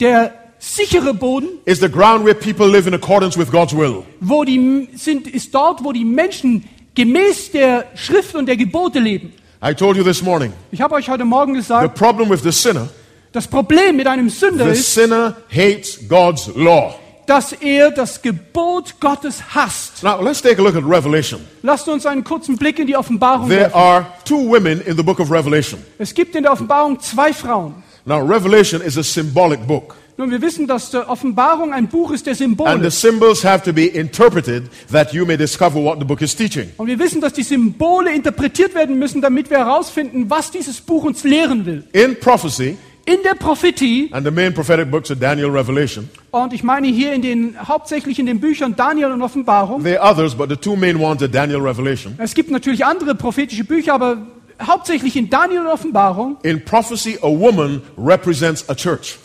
Speaker 2: Der sichere Boden,
Speaker 1: is the ground where people live in accordance with God's will.
Speaker 2: wo die M- sind, ist dort, wo die Menschen gemäß der Schrift und der Gebote leben.
Speaker 1: I told you this morning,
Speaker 2: Ich habe euch heute Morgen
Speaker 1: the
Speaker 2: gesagt,
Speaker 1: problem with the sinner,
Speaker 2: das Problem mit einem Sünder
Speaker 1: the
Speaker 2: ist,
Speaker 1: sinner hates God's law.
Speaker 2: dass er das Gebot Gottes hasst.
Speaker 1: Now, let's take a look at Revelation.
Speaker 2: Lasst uns einen kurzen Blick in die Offenbarung
Speaker 1: There
Speaker 2: werfen.
Speaker 1: are two women in the book of Revelation.
Speaker 2: Es gibt in der Offenbarung zwei Frauen.
Speaker 1: Now, Revelation is a symbolic book,
Speaker 2: Nun, wir wissen, dass die Offenbarung ein Buch ist der
Speaker 1: and
Speaker 2: Symbole.
Speaker 1: the symbols have to be interpreted that you may discover what the book is teaching.
Speaker 2: Und wir wissen, dass die Symbole interpretiert werden müssen, damit wir herausfinden, was dieses Buch uns lehren will.
Speaker 1: In prophecy,
Speaker 2: In der Prophetie
Speaker 1: and the main prophetic books are Daniel, Revelation,
Speaker 2: Und ich meine hier in den, hauptsächlich in den Büchern Daniel und Offenbarung.
Speaker 1: there are others, but the two main ones are Daniel, Revelation.
Speaker 2: Es gibt natürlich andere prophetische Bücher, aber hauptsächlich in Daniel und Offenbarung
Speaker 1: In prophecy, a woman represents a church.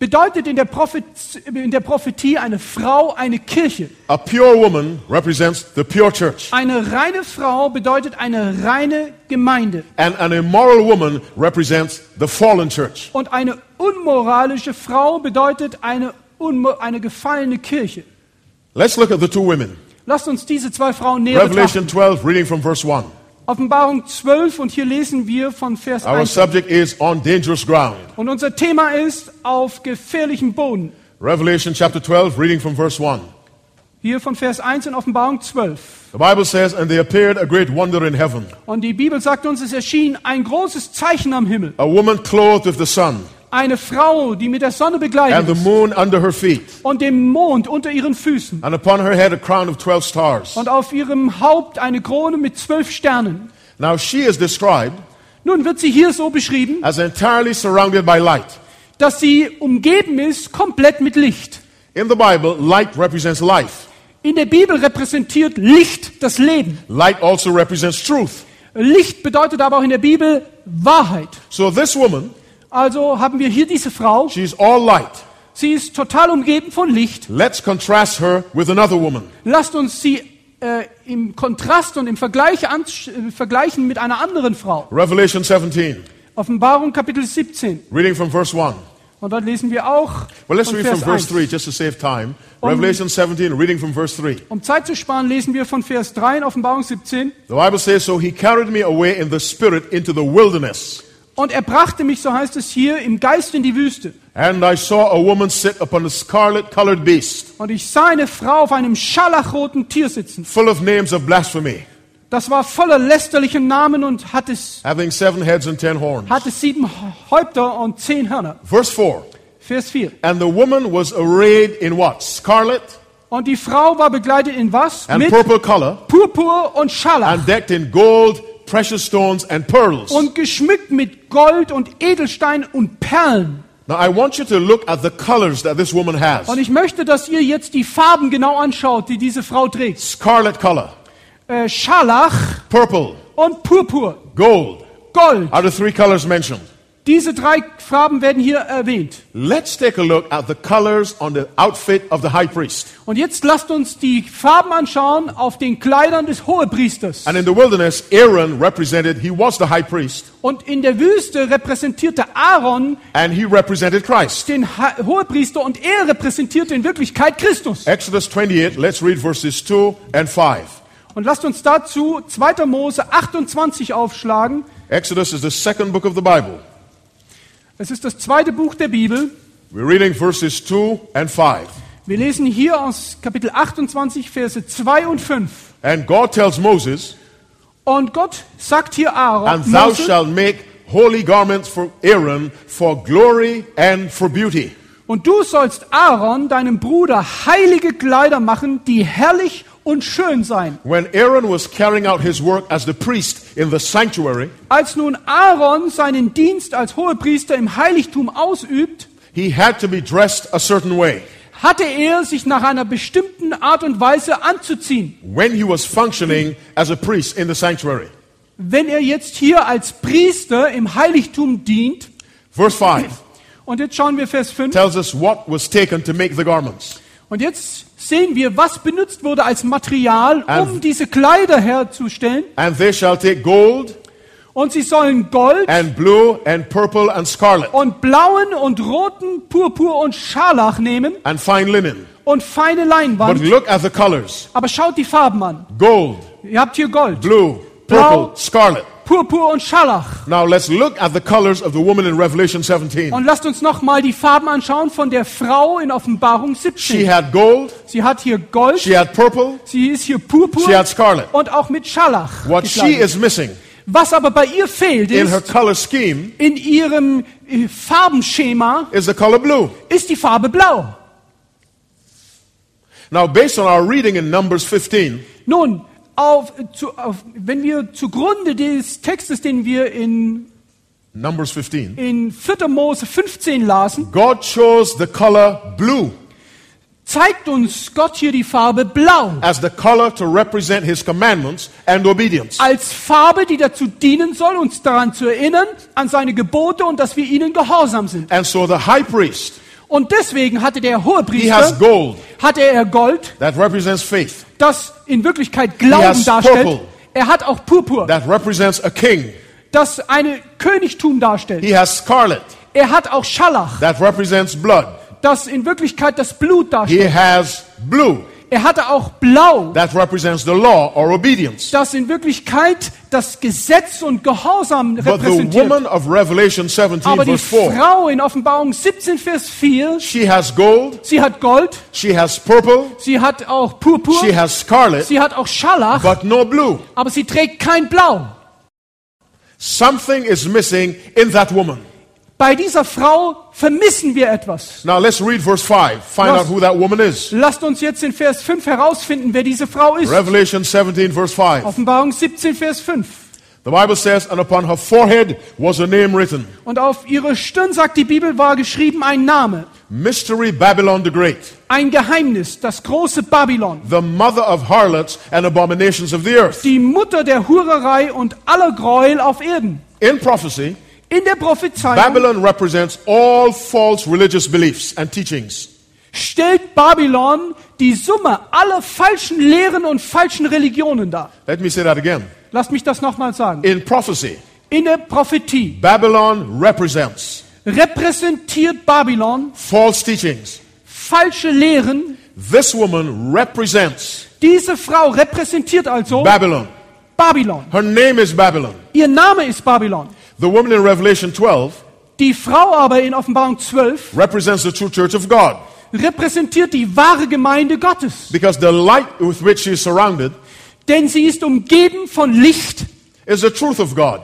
Speaker 2: bedeutet in der, Prophet, in der Prophetie eine Frau eine Kirche.
Speaker 1: A pure woman represents the pure church,
Speaker 2: Eine reine Frau bedeutet eine reine Gemeinde.
Speaker 1: and an immoral woman represents the fallen church.
Speaker 2: Und eine unmoralische Frau bedeutet eine, unmo- eine gefallene Kirche.
Speaker 1: Let's look at the two women.
Speaker 2: Lasst uns diese zwei Frauen näher betrachten.
Speaker 1: Revelation 12, reading from verse 1.
Speaker 2: Offenbarung 12 und hier lesen wir von Vers
Speaker 1: Our
Speaker 2: 1.
Speaker 1: subject is on dangerous ground.
Speaker 2: Und unser Thema ist auf gefährlichem Boden.
Speaker 1: Revelation chapter 12, reading from verse 1.
Speaker 2: Hier von Vers 1 in Offenbarung 12.
Speaker 1: The Bible says, And there appeared a great wonder in heaven,
Speaker 2: Und die Bibel sagt uns, es erschien ein großes Zeichen am Himmel.
Speaker 1: a woman clothed with the sun,
Speaker 2: Eine Frau, die mit der Sonne
Speaker 1: and
Speaker 2: begleitet
Speaker 1: the
Speaker 2: ist
Speaker 1: moon under her feet,
Speaker 2: und dem Mond unter ihren Füßen
Speaker 1: and upon her head a crown of 12 stars.
Speaker 2: und auf ihrem Haupt eine Krone mit zwölf Sternen.
Speaker 1: Now she is described
Speaker 2: Nun wird sie hier so beschrieben,
Speaker 1: as entirely surrounded by light.
Speaker 2: dass sie umgeben ist komplett mit Licht.
Speaker 1: In the Bible, light represents life.
Speaker 2: In der Bibel repräsentiert Licht das Leben.
Speaker 1: Light also represents truth.
Speaker 2: Licht bedeutet aber auch in der Bibel Wahrheit.
Speaker 1: So this woman,
Speaker 2: Also haben wir hier diese Frau.
Speaker 1: she's all light.
Speaker 2: Sie ist total umgeben von Licht.
Speaker 1: Let's contrast her with another woman.
Speaker 2: Lasst uns sie äh, im Kontrast und im Vergleich ansch- äh, vergleichen mit einer anderen Frau.
Speaker 1: Revelation 17,
Speaker 2: Offenbarung Kapitel 17,
Speaker 1: reading from verse 1.
Speaker 2: Und dann lesen wir auch
Speaker 1: Well, let's
Speaker 2: von
Speaker 1: read from
Speaker 2: Vers
Speaker 1: verse 3
Speaker 2: 1.
Speaker 1: just to save time.
Speaker 2: Um-
Speaker 1: Revelation 17, reading from verse 3.
Speaker 2: Um Zeit zu sparen, lesen wir von Vers 3 in Offenbarung 17.
Speaker 1: The Bible says, So he carried me away in the spirit into the wilderness.
Speaker 2: Und er brachte mich, so heißt es hier, im Geist in die Wüste.
Speaker 1: And I saw a woman sit upon a scarlet colored beast,
Speaker 2: Und ich sah eine Frau auf einem scharlachroten Tier sitzen.
Speaker 1: full of names of blasphemy,
Speaker 2: Das war voller lästerlichen Namen und hatte, s-
Speaker 1: having seven heads and ten horns.
Speaker 2: hatte sieben Häupter und zehn Hörner.
Speaker 1: Verse 4
Speaker 2: Vers 4.
Speaker 1: And the woman was arrayed in what? Scarlet
Speaker 2: Und die Frau war begleitet in was?
Speaker 1: and
Speaker 2: Mit
Speaker 1: purple color,
Speaker 2: Purpur und Scharlach.
Speaker 1: and decked in gold, precious stones, and pearls.
Speaker 2: Und geschmückt mit Gold und Edelstein und Perlen.
Speaker 1: Now I want you to look at the colors that this woman has.
Speaker 2: Und ich möchte, dass ihr jetzt die Farben genau anschaut, die diese Frau trägt.
Speaker 1: Scarlet color,
Speaker 2: Äh, Scharlach
Speaker 1: purple,
Speaker 2: und Purpur.
Speaker 1: gold
Speaker 2: Gold.
Speaker 1: are the three colors mentioned.
Speaker 2: Diese drei Farben werden hier erwähnt.
Speaker 1: Let's take a look at the colors on the outfit of the high priest.
Speaker 2: Und jetzt lasst uns die Farben anschauen auf den Kleidern des Hohepriesters.
Speaker 1: And in the wilderness, Aaron represented, he was the high priest,
Speaker 2: Und in der Wüste repräsentierte Aaron
Speaker 1: and he represented Christ.
Speaker 2: den Ha- Hohepriester und er repräsentierte in Wirklichkeit Christus.
Speaker 1: Exodus 28, let's read verses 2 and 5.
Speaker 2: Und lasst uns dazu 2. Mose 28 aufschlagen.
Speaker 1: Exodus is the second book of the Bible.
Speaker 2: Es ist das zweite Buch der Bibel.
Speaker 1: We're reading verses 2 and 5.
Speaker 2: Wir lesen hier aus Kapitel 28, Verse 2 und 5.
Speaker 1: And God tells Moses,
Speaker 2: Und Gott sagt hier Aaron,
Speaker 1: And thou
Speaker 2: Mose,
Speaker 1: shalt make holy garments for Aaron for glory and for beauty.
Speaker 2: und du sollst Aaron, deinem Bruder, heilige Kleider machen, die herrlich und schön sein.
Speaker 1: When Aaron was carrying out his work as the priest in the sanctuary,
Speaker 2: Als nun Aaron seinen Dienst als Hohepriester im Heiligtum ausübt,
Speaker 1: he had to be dressed a certain way.
Speaker 2: hatte er sich nach einer bestimmten Art und Weise anzuziehen.
Speaker 1: When he was functioning as a priest in the sanctuary.
Speaker 2: Wenn er jetzt hier als Priester im Heiligtum dient,
Speaker 1: Verse 5
Speaker 2: und jetzt schauen wir Vers 5,
Speaker 1: tells us what was taken to make the garments.
Speaker 2: und jetzt sehen wir, was benutzt wurde als Material, um
Speaker 1: Also-
Speaker 2: diese Kleider herzustellen.
Speaker 1: And they shall take gold
Speaker 2: Und sie sollen Gold
Speaker 1: and blue and purple and scarlet
Speaker 2: und blauen und roten Purpur und Scharlach nehmen
Speaker 1: and fine linen.
Speaker 2: und feine
Speaker 1: But
Speaker 2: Leinwand.
Speaker 1: look at the colors
Speaker 2: Aber schaut die Farben an.
Speaker 1: gold,
Speaker 2: Ihr habt hier Gold,
Speaker 1: blue,
Speaker 2: Blau.
Speaker 1: purple, scarlet.
Speaker 2: Purpur und Scharlach.
Speaker 1: Now let's look at the colors of the woman in Revelation 17.
Speaker 2: Und lasst uns nochmal die Farben anschauen von der Frau in Offenbarung
Speaker 1: She
Speaker 2: 17.
Speaker 1: had gold,
Speaker 2: Sie hat hier Gold,
Speaker 1: she had purple,
Speaker 2: sie ist hier Purpur
Speaker 1: she had scarlet.
Speaker 2: und auch mit Scharlach.
Speaker 1: What she
Speaker 2: gekleidet.
Speaker 1: is missing
Speaker 2: Was aber bei ihr fehlt,
Speaker 1: in her
Speaker 2: ist
Speaker 1: color scheme
Speaker 2: in ihrem äh, Farbenschema
Speaker 1: is the color blue.
Speaker 2: ist die Farbe blau.
Speaker 1: Now, based on our reading in Numbers 15,
Speaker 2: Nun, auf, zu, auf, wenn wir zugrunde des Textes, den wir in,
Speaker 1: Numbers 15,
Speaker 2: in 4. Mose 15 lasen,
Speaker 1: God chose the color blue
Speaker 2: zeigt uns Gott hier die Farbe blau
Speaker 1: as the color to represent his commandments and obedience.
Speaker 2: als Farbe, die dazu dienen soll, uns daran zu erinnern, an seine Gebote und dass wir ihnen gehorsam sind.
Speaker 1: And so the high priest,
Speaker 2: Und deswegen hatte der
Speaker 1: he has
Speaker 2: Hohepriester,
Speaker 1: gold
Speaker 2: hatte er Gold,
Speaker 1: that represents faith,
Speaker 2: das in Wirklichkeit
Speaker 1: He
Speaker 2: Glauben
Speaker 1: has
Speaker 2: darstellt.
Speaker 1: purple.
Speaker 2: Er hat auch Purpur,
Speaker 1: that represents a king.
Speaker 2: das eine Königtum darstellt.
Speaker 1: He has scarlet
Speaker 2: Er hat auch Scharlach,
Speaker 1: that represents blood.
Speaker 2: das in Wirklichkeit das Blut
Speaker 1: He
Speaker 2: darstellt.
Speaker 1: has blue
Speaker 2: Er hatte auch Blau,
Speaker 1: that represents the law or obedience.
Speaker 2: das in Wirklichkeit das Gesetz und Gehorsam
Speaker 1: But the Ah,
Speaker 2: repräsentiert.
Speaker 1: woman of Revelation 17,
Speaker 2: Aber die
Speaker 1: verse 4,
Speaker 2: Frau in Offenbarung 17, Vers 4,
Speaker 1: she has gold,
Speaker 2: sie hat Gold,
Speaker 1: she has purple,
Speaker 2: Sie hat auch Purpur,
Speaker 1: she has scarlet,
Speaker 2: sie hat auch Scharlach,
Speaker 1: but no blue.
Speaker 2: aber sie trägt kein Blau.
Speaker 1: Something is missing in that woman.
Speaker 2: Bei dieser Frau vermissen wir etwas.
Speaker 1: Now let's read verse 5, find
Speaker 2: Was-
Speaker 1: out who that woman is.
Speaker 2: Lasst uns jetzt in Vers 5 herausfinden, wer diese Frau ist.
Speaker 1: Revelation 17, verse 5.
Speaker 2: Offenbarung 17, Vers 5.
Speaker 1: The Bible says, And upon her forehead was a name written
Speaker 2: Und auf ihre Stirn, sagt die Bibel, war geschrieben ein Name,
Speaker 1: Mystery Babylon the Great,
Speaker 2: ein Geheimnis, das große Babylon,
Speaker 1: the mother of harlots and abominations of the earth.
Speaker 2: die Mutter der Hurerei und aller Gräuel auf Erden.
Speaker 1: In prophecy,
Speaker 2: In der Prophezeiung
Speaker 1: Babylon represents all false religious beliefs and teachings.
Speaker 2: stellt Babylon die Summe aller falschen Lehren und falschen Religionen dar.
Speaker 1: Let me say that again.
Speaker 2: Lasst mich das nochmal sagen.
Speaker 1: In prophecy,
Speaker 2: In der Prophetie
Speaker 1: Babylon represents
Speaker 2: repräsentiert Babylon
Speaker 1: false teachings.
Speaker 2: falsche Lehren.
Speaker 1: This woman represents
Speaker 2: Diese Frau repräsentiert also
Speaker 1: Babylon.
Speaker 2: Babylon.
Speaker 1: Her name is Babylon.
Speaker 2: Ihr Name ist Babylon.
Speaker 1: The woman in Revelation 12
Speaker 2: Die Frau aber in Offenbarung 12
Speaker 1: represents the true church of God
Speaker 2: repräsentiert die wahre Gemeinde Gottes.
Speaker 1: because the light with which she is surrounded
Speaker 2: Denn sie ist umgeben von Licht,
Speaker 1: is the truth of God.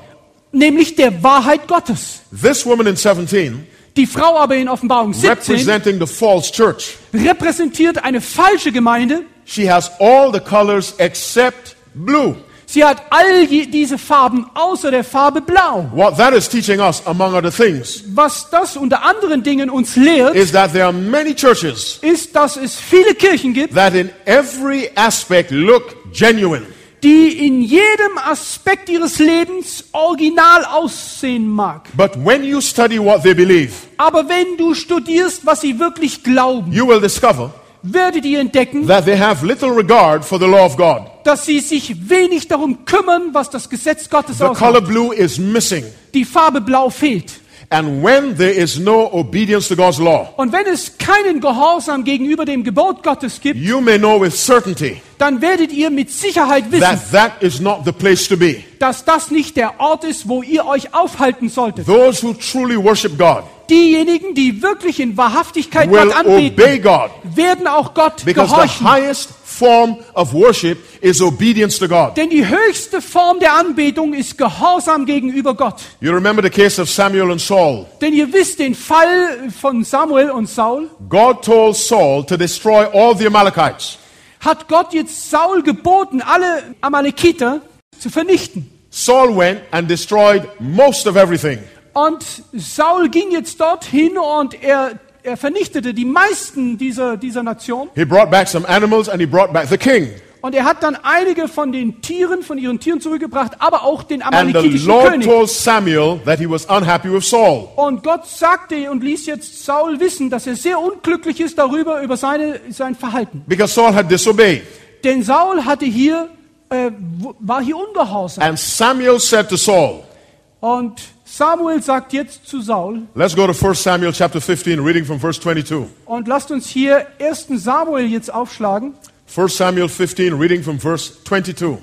Speaker 2: nämlich der Wahrheit Gottes.
Speaker 1: This woman in 17
Speaker 2: Die Frau aber in Offenbarung 17
Speaker 1: representing the false church.
Speaker 2: repräsentiert eine falsche Gemeinde.
Speaker 1: She has all the colors except blue.
Speaker 2: Sie hat all je- diese Farben außer der Farbe Blau.
Speaker 1: What that is teaching us, among other things,
Speaker 2: Was das unter anderen Dingen uns lehrt,
Speaker 1: is that there are many churches
Speaker 2: ist, dass es viele Kirchen gibt,
Speaker 1: that in every aspect look genuine.
Speaker 2: die in jedem Aspekt ihres Lebens original aussehen mag.
Speaker 1: But when you study what they believe,
Speaker 2: Aber wenn du studierst, was sie wirklich glauben,
Speaker 1: you will discover
Speaker 2: werdet ihr entdecken,
Speaker 1: that they have little regard for the law of God.
Speaker 2: dass sie sich wenig darum kümmern, was das Gesetz Gottes
Speaker 1: The color
Speaker 2: aussagt.
Speaker 1: blue is missing.
Speaker 2: Die Farbe Blau fehlt.
Speaker 1: And when there is no obedience to God's law,
Speaker 2: Und wenn es keinen Gehorsam gegenüber dem Gebot Gottes gibt,
Speaker 1: you may know with certainty
Speaker 2: dann werdet ihr mit Sicherheit wissen,
Speaker 1: that that is not the place to be.
Speaker 2: dass das nicht der Ort ist, wo ihr euch aufhalten solltet.
Speaker 1: Those who truly worship God
Speaker 2: Diejenigen, die wirklich in Wahrhaftigkeit
Speaker 1: will
Speaker 2: Gott
Speaker 1: obey
Speaker 2: anbeten,
Speaker 1: God
Speaker 2: werden auch Gott
Speaker 1: because the
Speaker 2: gehorchen.
Speaker 1: highest form of worship is obedience to God.
Speaker 2: Denn die höchste Form der Anbetung ist Gehorsam gegenüber Gott.
Speaker 1: You remember the case of Samuel and Saul.
Speaker 2: Denn ihr wisst den Fall von Samuel und Saul.
Speaker 1: God told Saul to destroy all the Amalekites.
Speaker 2: Hat Gott jetzt Saul geboten, alle Amalekiter zu vernichten.
Speaker 1: Saul went and destroyed most of everything.
Speaker 2: Und Saul ging jetzt dorthin und er, er vernichtete die meisten dieser, dieser Nation.
Speaker 1: He brought back some animals and he brought back the king.
Speaker 2: Und er hat dann einige von den Tieren, von ihren Tieren zurückgebracht, aber auch den
Speaker 1: And the
Speaker 2: amalekitischen
Speaker 1: Lord
Speaker 2: König.
Speaker 1: told Samuel that he was unhappy with Saul.
Speaker 2: Und Gott sagte und ließ jetzt Saul wissen, dass er sehr unglücklich ist darüber, über seine, sein Verhalten.
Speaker 1: Because Saul had disobeyed.
Speaker 2: Denn Saul hatte hier, äh, w- war hier ungehorsam.
Speaker 1: And Samuel said to Saul,
Speaker 2: Und Samuel sagt jetzt zu Saul,
Speaker 1: let's go to 1 Samuel chapter 15, reading from verse 22.
Speaker 2: und lasst uns hier 1. Samuel jetzt aufschlagen.
Speaker 1: 1 Samuel 15, reading from verse 22.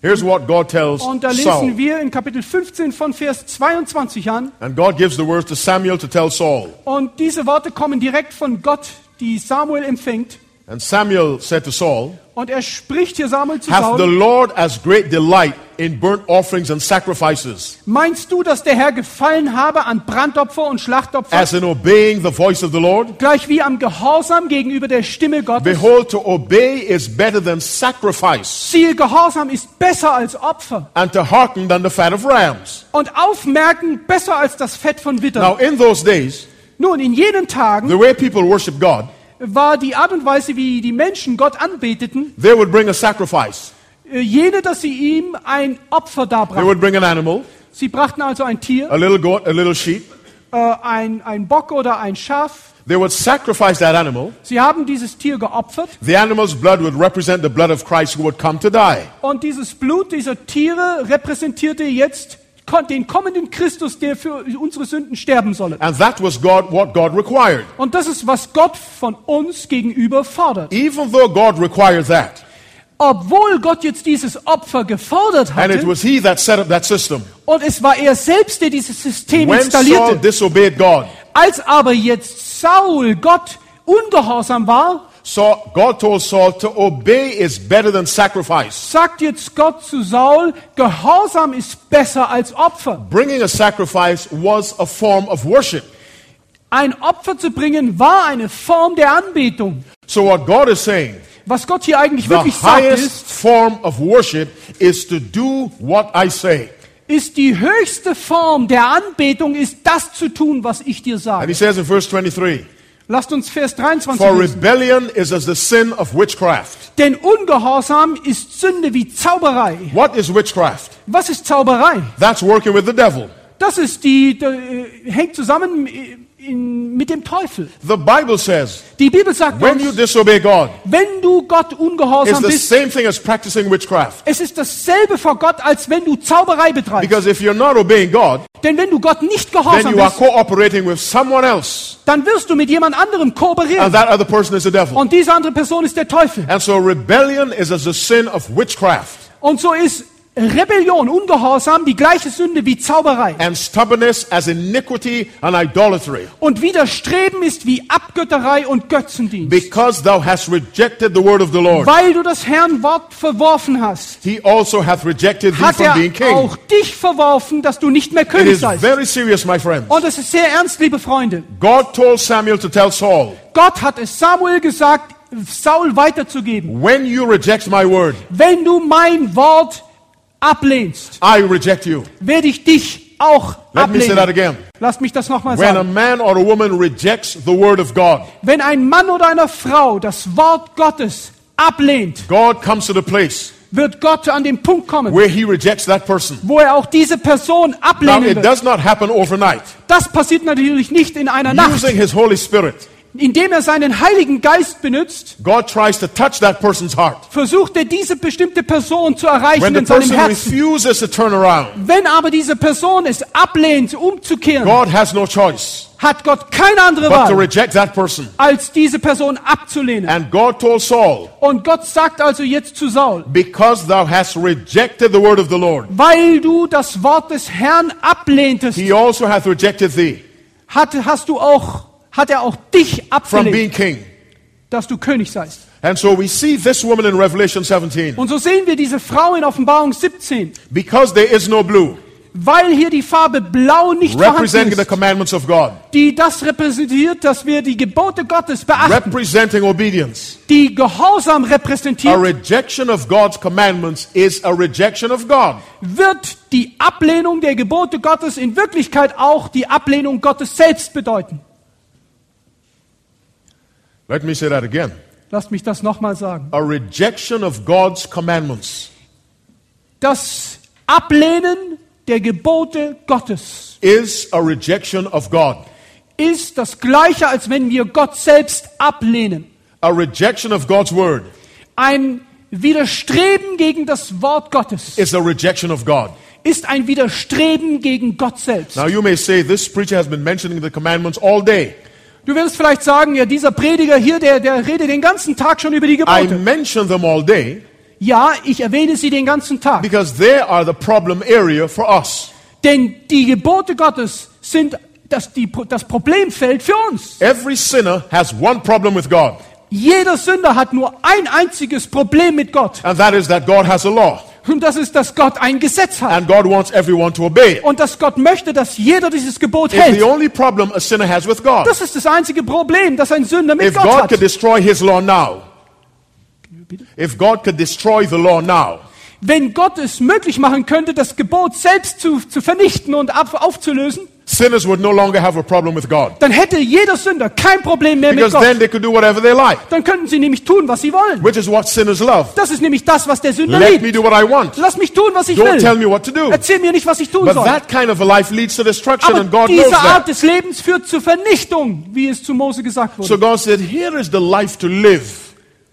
Speaker 1: Here's what God tells
Speaker 2: Und da lesen
Speaker 1: Saul.
Speaker 2: wir in Kapitel 15 von Vers 22 an.
Speaker 1: And God gives the words to Samuel to tell Saul.
Speaker 2: Und diese Worte kommen direkt von Gott, die Samuel empfängt.
Speaker 1: And Samuel said to Saul,
Speaker 2: Und er spricht hier Samuel zu
Speaker 1: Hath the
Speaker 2: Saul.
Speaker 1: Lord as great delight in burnt offerings and sacrifices
Speaker 2: Meinst du, dass der Herr gefallen habe an Brandopfer und Schlachtopfer,
Speaker 1: as in obeying the voice of the Lord?
Speaker 2: gleich wie am Gehorsam gegenüber der Stimme Gottes?
Speaker 1: Behold, to obey is better than sacrifice,
Speaker 2: Siehe, Gehorsam ist besser als Opfer
Speaker 1: and to hearken than the fat of rams.
Speaker 2: und Aufmerken besser als das Fett von Wittern.
Speaker 1: Now, in those days,
Speaker 2: Nun, in jenen Tagen
Speaker 1: the way people worship God,
Speaker 2: war die Art und Weise, wie die Menschen Gott anbeteten,
Speaker 1: they would bring a sacrifice.
Speaker 2: äh, jene, dass sie ihm ein Opfer
Speaker 1: They
Speaker 2: darbrachten.
Speaker 1: would bring an animal,
Speaker 2: Sie brachten also ein Tier,
Speaker 1: a little goat, a little sheep.
Speaker 2: äh, ein, ein Bock oder ein Schaf.
Speaker 1: They would sacrifice that animal.
Speaker 2: Sie haben dieses Tier geopfert
Speaker 1: The animal's blood would represent the blood of Christ who would come to die.
Speaker 2: und dieses Blut dieser Tiere repräsentierte jetzt kon- den kommenden Christus, der für unsere Sünden sterben solle.
Speaker 1: And that was God what God required.
Speaker 2: Und das ist, was Gott von uns gegenüber fordert.
Speaker 1: Even though God required that,
Speaker 2: Obwohl Gott jetzt dieses Opfer gefordert
Speaker 1: and it
Speaker 2: hatte
Speaker 1: was he that set up that system.
Speaker 2: und es war er selbst, der dieses System
Speaker 1: When Saul
Speaker 2: installierte.
Speaker 1: disobeyed God,
Speaker 2: Als aber jetzt Saul Gott ungehorsam war,
Speaker 1: So God told Saul to obey is better than sacrifice.
Speaker 2: sagt jetzt Gott zu Saul, Gehorsam ist besser als Opfer.
Speaker 1: Bringing a sacrifice was a form of worship.
Speaker 2: Ein Opfer zu bringen war eine Form der Anbetung.
Speaker 1: So what God is saying,
Speaker 2: Was Gott hier eigentlich
Speaker 1: the
Speaker 2: wirklich sagt, ist,
Speaker 1: highest form of worship is to do what I say.
Speaker 2: ist die höchste Form der Anbetung, ist das zu tun, was ich dir
Speaker 1: And
Speaker 2: sage.
Speaker 1: he says in verse 23,
Speaker 2: Lasst uns Vers 23
Speaker 1: <laughs> for
Speaker 2: lesen.
Speaker 1: rebellion is as the sin of witchcraft.
Speaker 2: Denn Ungehorsam ist Sünde wie Zauberei.
Speaker 1: What is witchcraft?
Speaker 2: Was ist Zauberei?
Speaker 1: That's working with the devil.
Speaker 2: Das ist die, da, äh, hängt zusammen äh, in, mit dem Teufel.
Speaker 1: The Bible says,
Speaker 2: Die Bibel sagt
Speaker 1: when you
Speaker 2: uns,
Speaker 1: disobey God,
Speaker 2: wenn du Gott
Speaker 1: it's
Speaker 2: ungehorsam
Speaker 1: the
Speaker 2: bist,
Speaker 1: same thing as practicing witchcraft.
Speaker 2: es ist dasselbe vor Gott, als wenn du Zauberei betreibst.
Speaker 1: Because if you're not obeying God,
Speaker 2: Denn wenn du Gott nicht
Speaker 1: then
Speaker 2: gehorsam
Speaker 1: you are
Speaker 2: bist,
Speaker 1: cooperating with someone else,
Speaker 2: dann wirst du mit jemand anderem
Speaker 1: and
Speaker 2: kooperieren.
Speaker 1: that other person is the devil.
Speaker 2: Und diese andere Person ist der Teufel.
Speaker 1: And so rebellion is as a sin of witchcraft,
Speaker 2: Und so ist Rebellion, Ungehorsam die gleiche Sünde wie Zauberei.
Speaker 1: and stubbornness as iniquity and idolatry,
Speaker 2: Und Widerstreben ist wie Abgötterei und Götzendienst.
Speaker 1: because thou hast rejected the word of the Lord.
Speaker 2: Weil du das Herrn Wort verworfen hast,
Speaker 1: He also hath rejected thee
Speaker 2: hat
Speaker 1: from
Speaker 2: er
Speaker 1: being king.
Speaker 2: auch dich verworfen, dass du nicht mehr
Speaker 1: It
Speaker 2: König
Speaker 1: is
Speaker 2: seist.
Speaker 1: very serious, my friend.
Speaker 2: Und es ist sehr ernst, liebe Freunde.
Speaker 1: God told Samuel to tell Saul,
Speaker 2: Gott hat es Samuel gesagt, Saul weiterzugeben.
Speaker 1: When you reject my word,
Speaker 2: Wenn du mein Wort ablehnst,
Speaker 1: I reject you.
Speaker 2: werde ich dich auch
Speaker 1: Let me say that
Speaker 2: ablehnen.
Speaker 1: again.
Speaker 2: Lasst mich das nochmal
Speaker 1: When a
Speaker 2: sagen.
Speaker 1: man or a woman rejects the word of God,
Speaker 2: Wenn ein Mann oder eine Frau das Wort Gottes ablehnt,
Speaker 1: God comes to the place
Speaker 2: wird Gott an den Punkt kommen,
Speaker 1: where he rejects that person.
Speaker 2: wo er auch diese Person
Speaker 1: Now,
Speaker 2: ablehnen
Speaker 1: it
Speaker 2: wird.
Speaker 1: does not happen overnight.
Speaker 2: Das passiert natürlich nicht in einer Nacht.
Speaker 1: Using his Holy Spirit,
Speaker 2: Indem er seinen Heiligen Geist benutzt,
Speaker 1: God tries to touch that person's heart.
Speaker 2: versucht er diese bestimmte Person zu
Speaker 1: When
Speaker 2: erreichen
Speaker 1: the
Speaker 2: in seinem
Speaker 1: person
Speaker 2: Herzen.
Speaker 1: refuses to turn around,
Speaker 2: Wenn aber diese Person es ablehnt, umzukehren,
Speaker 1: God has no choice
Speaker 2: hat Gott keine andere
Speaker 1: but to
Speaker 2: Wahl,
Speaker 1: reject that person.
Speaker 2: als diese Person abzulehnen.
Speaker 1: And God told Saul,
Speaker 2: Und Gott sagt also jetzt zu Saul,
Speaker 1: Because thou hast rejected the word of the Lord,
Speaker 2: weil du das Wort des Herrn ablehntest,
Speaker 1: he also hath rejected thee
Speaker 2: hat, hast du auch, hat er auch dich
Speaker 1: from
Speaker 2: abgelehnt,
Speaker 1: being king.
Speaker 2: dass du König seist.
Speaker 1: And so we see this woman in Revelation 17.
Speaker 2: Und so sehen wir diese Frau in Offenbarung 17,
Speaker 1: Because there is no blue,
Speaker 2: weil hier die Farbe blau nicht vorhanden
Speaker 1: representing the
Speaker 2: ist,
Speaker 1: commandments of God,
Speaker 2: die das repräsentiert, dass wir die Gebote Gottes beachten,
Speaker 1: representing obedience.
Speaker 2: die Gehorsam
Speaker 1: A
Speaker 2: repräsentiert,
Speaker 1: rejection of God's commandments is a rejection of God.
Speaker 2: wird die Ablehnung der Gebote Gottes in Wirklichkeit auch die Ablehnung Gottes selbst bedeuten.
Speaker 1: Let me say that again.
Speaker 2: Lasst mich das nochmal sagen.
Speaker 1: A rejection of God's commandments
Speaker 2: Das Ablehnen der Gebote Gottes
Speaker 1: is a rejection of God.
Speaker 2: ist das gleiche, als wenn wir Gott selbst ablehnen.
Speaker 1: A rejection of God's word
Speaker 2: Ein Widerstreben gegen das Wort Gottes
Speaker 1: is a rejection of God.
Speaker 2: ist ein Widerstreben gegen Gott selbst.
Speaker 1: Now you may say this preacher has been mentioning the commandments all day.
Speaker 2: Du wirst vielleicht sagen, ja, dieser Prediger hier, der, der redet den ganzen Tag schon über die
Speaker 1: I
Speaker 2: Gebote.
Speaker 1: mention them all day
Speaker 2: Ja, ich erwähne sie den ganzen Tag.
Speaker 1: because they are the problem area for us.
Speaker 2: Denn die Gebote Gottes sind das, die, das Problemfeld für uns.
Speaker 1: Every sinner has one problem with God,
Speaker 2: Jeder Sünder hat nur ein einziges Problem mit Gott.
Speaker 1: and that is that God has a law.
Speaker 2: Und das ist, dass Gott ein Gesetz hat.
Speaker 1: and God wants everyone to obey it.
Speaker 2: Und dass Gott möchte, dass jeder dieses Gebot
Speaker 1: It's the
Speaker 2: hält.
Speaker 1: only problem a sinner has with God.
Speaker 2: Das ist das einzige Problem, das ein Sünder mit
Speaker 1: If
Speaker 2: Gott
Speaker 1: God could
Speaker 2: hat.
Speaker 1: destroy his law now, if God could destroy the law now,
Speaker 2: Wenn Gott es möglich machen könnte, das Gebot selbst zu, zu vernichten und ab, aufzulösen,
Speaker 1: sinners would no longer have a problem with God.
Speaker 2: dann hätte jeder Sünder kein Problem mehr mit
Speaker 1: Because then
Speaker 2: Gott.
Speaker 1: they could do whatever they like,
Speaker 2: Dann könnten sie nämlich tun, was sie wollen.
Speaker 1: which is what sinners love.
Speaker 2: Das ist nämlich das, was der Sünder
Speaker 1: Let me
Speaker 2: liebt.
Speaker 1: do what I want.
Speaker 2: Lass mich tun, was ich
Speaker 1: Don't tell
Speaker 2: will.
Speaker 1: me what to do.
Speaker 2: Erzähl mir nicht, was ich tun
Speaker 1: But
Speaker 2: soll.
Speaker 1: that kind of a life leads to destruction, and God
Speaker 2: Aber
Speaker 1: knows
Speaker 2: diese Art
Speaker 1: that.
Speaker 2: des Lebens führt zur Vernichtung, wie es zu Mose gesagt
Speaker 1: So
Speaker 2: wurde.
Speaker 1: God said, Here is the life to live,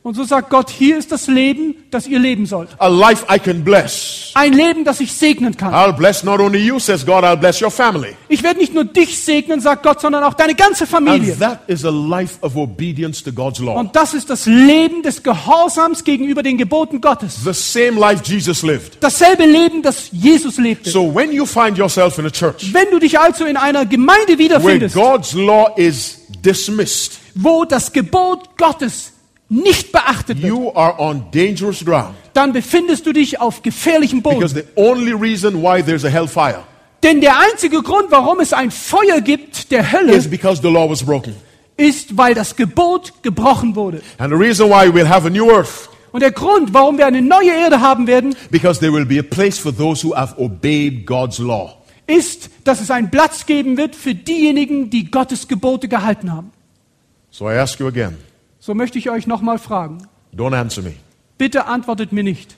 Speaker 2: Und so sagt Gott, hier ist das Leben, das ihr leben sollt.
Speaker 1: a life I can bless.
Speaker 2: Ein Leben, das ich segnen kann.
Speaker 1: I'll bless not only you, says God, I'll bless your family.
Speaker 2: Ich werde nicht nur dich segnen, sagt Gott, sondern auch deine ganze
Speaker 1: And
Speaker 2: Familie.
Speaker 1: that is a life of obedience to God's law.
Speaker 2: Und das ist das Leben des Gehorsams gegenüber den Geboten Gottes.
Speaker 1: the same life Jesus lived.
Speaker 2: Dasselbe Leben, das Jesus lebte.
Speaker 1: So when you find yourself in a church
Speaker 2: Wenn du dich also in einer Gemeinde
Speaker 1: where
Speaker 2: wiederfindest,
Speaker 1: God's law is dismissed,
Speaker 2: wo das Gebot Gottes nicht beachtet wird,
Speaker 1: you are on dangerous ground
Speaker 2: dann befindest du dich auf gefährlichem
Speaker 1: because
Speaker 2: Boden.
Speaker 1: the only reason why there's a hellfire
Speaker 2: Denn der einzige Grund, warum es ein Feuer gibt, der
Speaker 1: is
Speaker 2: Hölle,
Speaker 1: because the law was broken.
Speaker 2: ist, weil das Gebot gebrochen wurde.
Speaker 1: And the reason why we'll have a new earth
Speaker 2: Und der Grund, warum wir eine neue Erde haben werden,
Speaker 1: because there will be a place for those who have obeyed God's law.
Speaker 2: ist, dass es einen Platz geben wird für diejenigen, die Gottes Gebote gehalten haben.
Speaker 1: So I ask you again,
Speaker 2: So möchte ich euch nochmal fragen.
Speaker 1: don't answer me.
Speaker 2: Bitte antwortet mir nicht.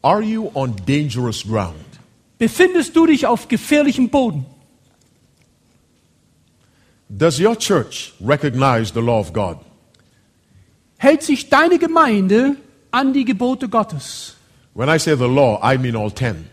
Speaker 1: Are you on dangerous ground?
Speaker 2: Befindest du dich auf gefährlichem Boden?
Speaker 1: Does your church recognize the law of God?
Speaker 2: Hält sich deine Gemeinde an die Gebote Gottes?
Speaker 1: When I say the law, I mean all 10.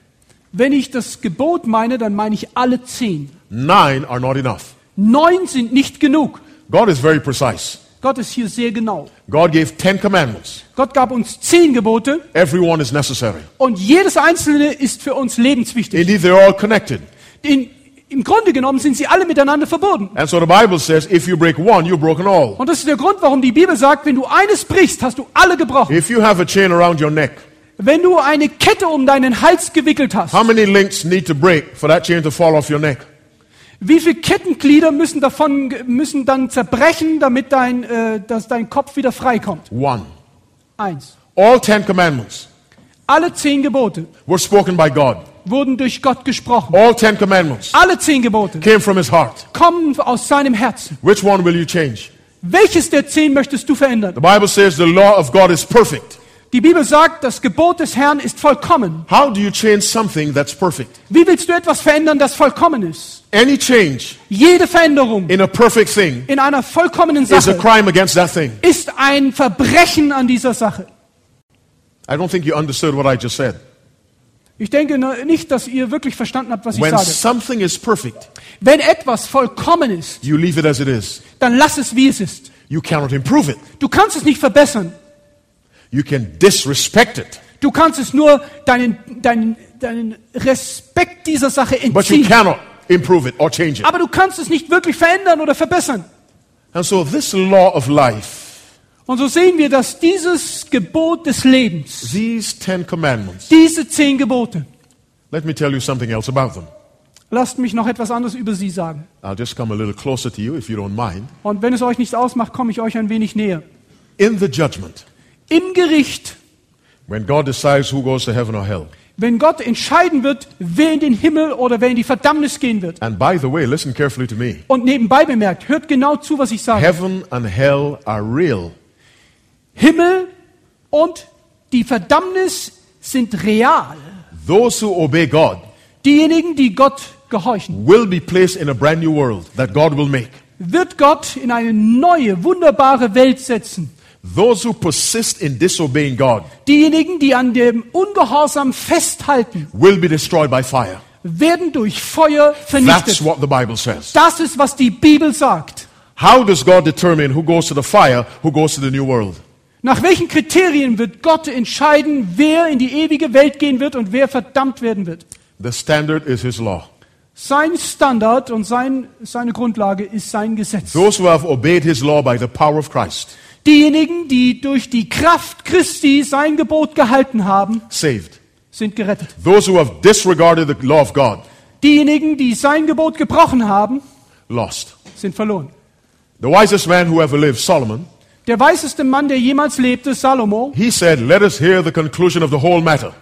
Speaker 2: Wenn ich das Gebot meine, dann meine ich alle zehn.
Speaker 1: Nine are not enough.
Speaker 2: Neun sind nicht genug.
Speaker 1: God is very precise.
Speaker 2: Gott ist hier sehr genau.
Speaker 1: God gave 10 commandments.
Speaker 2: Gott gab uns zehn Gebote
Speaker 1: Every one is necessary.
Speaker 2: und jedes einzelne ist für uns lebenswichtig.
Speaker 1: Indeed, they're all connected.
Speaker 2: In, Im Grunde genommen sind sie alle miteinander verbunden.
Speaker 1: And so the Bible says if you break one, you've broken all.
Speaker 2: Und das ist der Grund, warum die Bibel sagt, wenn du eines brichst, hast du alle gebrochen.
Speaker 1: If you have a chain around your neck,
Speaker 2: Wenn du eine Kette um deinen Hals gewickelt hast,
Speaker 1: how many links need to break for that chain to fall off your neck?
Speaker 2: wie viele Kettenglieder müssen davon müssen dann zerbrechen, damit dein, äh, dass dein Kopf wieder freikommt?
Speaker 1: One.
Speaker 2: Eins.
Speaker 1: All 10 commandments
Speaker 2: Alle zehn Gebote
Speaker 1: were spoken by God.
Speaker 2: wurden durch Gott gesprochen.
Speaker 1: All 10 commandments
Speaker 2: Alle zehn Gebote
Speaker 1: came from his heart.
Speaker 2: kommen aus seinem Herzen.
Speaker 1: Which one will you change?
Speaker 2: Welches der zehn möchtest du
Speaker 1: The
Speaker 2: verändern?
Speaker 1: Bible says the law of God is perfect.
Speaker 2: Die Bibel sagt, das Gebot des Herrn ist vollkommen.
Speaker 1: How do you change something that's perfect?
Speaker 2: Wie willst du etwas verändern, das vollkommen ist?
Speaker 1: Any change
Speaker 2: Jede Veränderung
Speaker 1: in a perfect thing
Speaker 2: in einer vollkommenen
Speaker 1: is a
Speaker 2: Sache
Speaker 1: crime against that thing.
Speaker 2: ist ein Verbrechen an dieser Sache.
Speaker 1: I don't think you understood what I just said.
Speaker 2: Ich denke ne- nicht, dass ihr wirklich verstanden habt, was ich
Speaker 1: When
Speaker 2: sage.
Speaker 1: something is perfect,
Speaker 2: Wenn etwas vollkommen ist,
Speaker 1: you leave it as it is.
Speaker 2: dann lass es, wie es ist.
Speaker 1: You cannot improve it.
Speaker 2: Du kannst es nicht verbessern.
Speaker 1: You can disrespect it,
Speaker 2: Du kannst es nur deinen, deinen, deinen Respekt dieser Sache
Speaker 1: but you
Speaker 2: entziehen.
Speaker 1: cannot improve it or change it.
Speaker 2: Aber du kannst es nicht wirklich verändern oder verbessern.
Speaker 1: And so, this law of life,
Speaker 2: Und so sehen wir, dass dieses Gebot des Lebens,
Speaker 1: these Ten Commandments,
Speaker 2: diese zehn Gebote,
Speaker 1: let me tell you something else about them.
Speaker 2: lasst mich noch etwas anderes über sie sagen.
Speaker 1: I'll just come a little closer to you if you don't mind.
Speaker 2: Und wenn es euch nichts ausmacht, komme ich euch ein wenig näher.
Speaker 1: In the judgment,
Speaker 2: Im Gericht,
Speaker 1: when God decides who goes to heaven or hell,
Speaker 2: wenn Gott entscheiden wird, wer in den Himmel oder wer in die Verdammnis gehen wird.
Speaker 1: and by the way, listen carefully to me
Speaker 2: Und nebenbei bemerkt, hört genau zu, was ich sage.
Speaker 1: heaven and hell are real,
Speaker 2: Himmel und die Verdammnis sind real.
Speaker 1: those who obey God
Speaker 2: Diejenigen, die Gott gehorchen,
Speaker 1: will be placed in a brand new world that God will make.
Speaker 2: wird Gott in eine neue, wunderbare Welt setzen.
Speaker 1: Those who persist in disobeying God
Speaker 2: Diejenigen, die an dem Ungehorsam festhalten,
Speaker 1: will be destroyed by fire.
Speaker 2: werden durch Feuer
Speaker 1: That's
Speaker 2: vernichtet.
Speaker 1: what the Bible says.
Speaker 2: Das ist, was die Bibel sagt.
Speaker 1: How does God determine who goes to the fire, who goes to the new world?
Speaker 2: Nach welchen Kriterien wird Gott entscheiden, wer in die ewige Welt gehen wird und wer verdammt werden wird?
Speaker 1: The standard is His law.
Speaker 2: Sein Standard und sein, seine Grundlage ist sein Gesetz.
Speaker 1: Those who have obeyed His law by the power of Christ,
Speaker 2: Diejenigen, die durch die Kraft Christi sein Gebot gehalten haben,
Speaker 1: saved.
Speaker 2: sind gerettet.
Speaker 1: Those who have disregarded the law of God,
Speaker 2: Diejenigen, die sein Gebot gebrochen haben,
Speaker 1: lost.
Speaker 2: sind verloren.
Speaker 1: The wisest man who ever lived, Solomon,
Speaker 2: Der weiseste Mann, der jemals lebte, Salomo,
Speaker 1: he said, Let us hear the conclusion of the whole matter.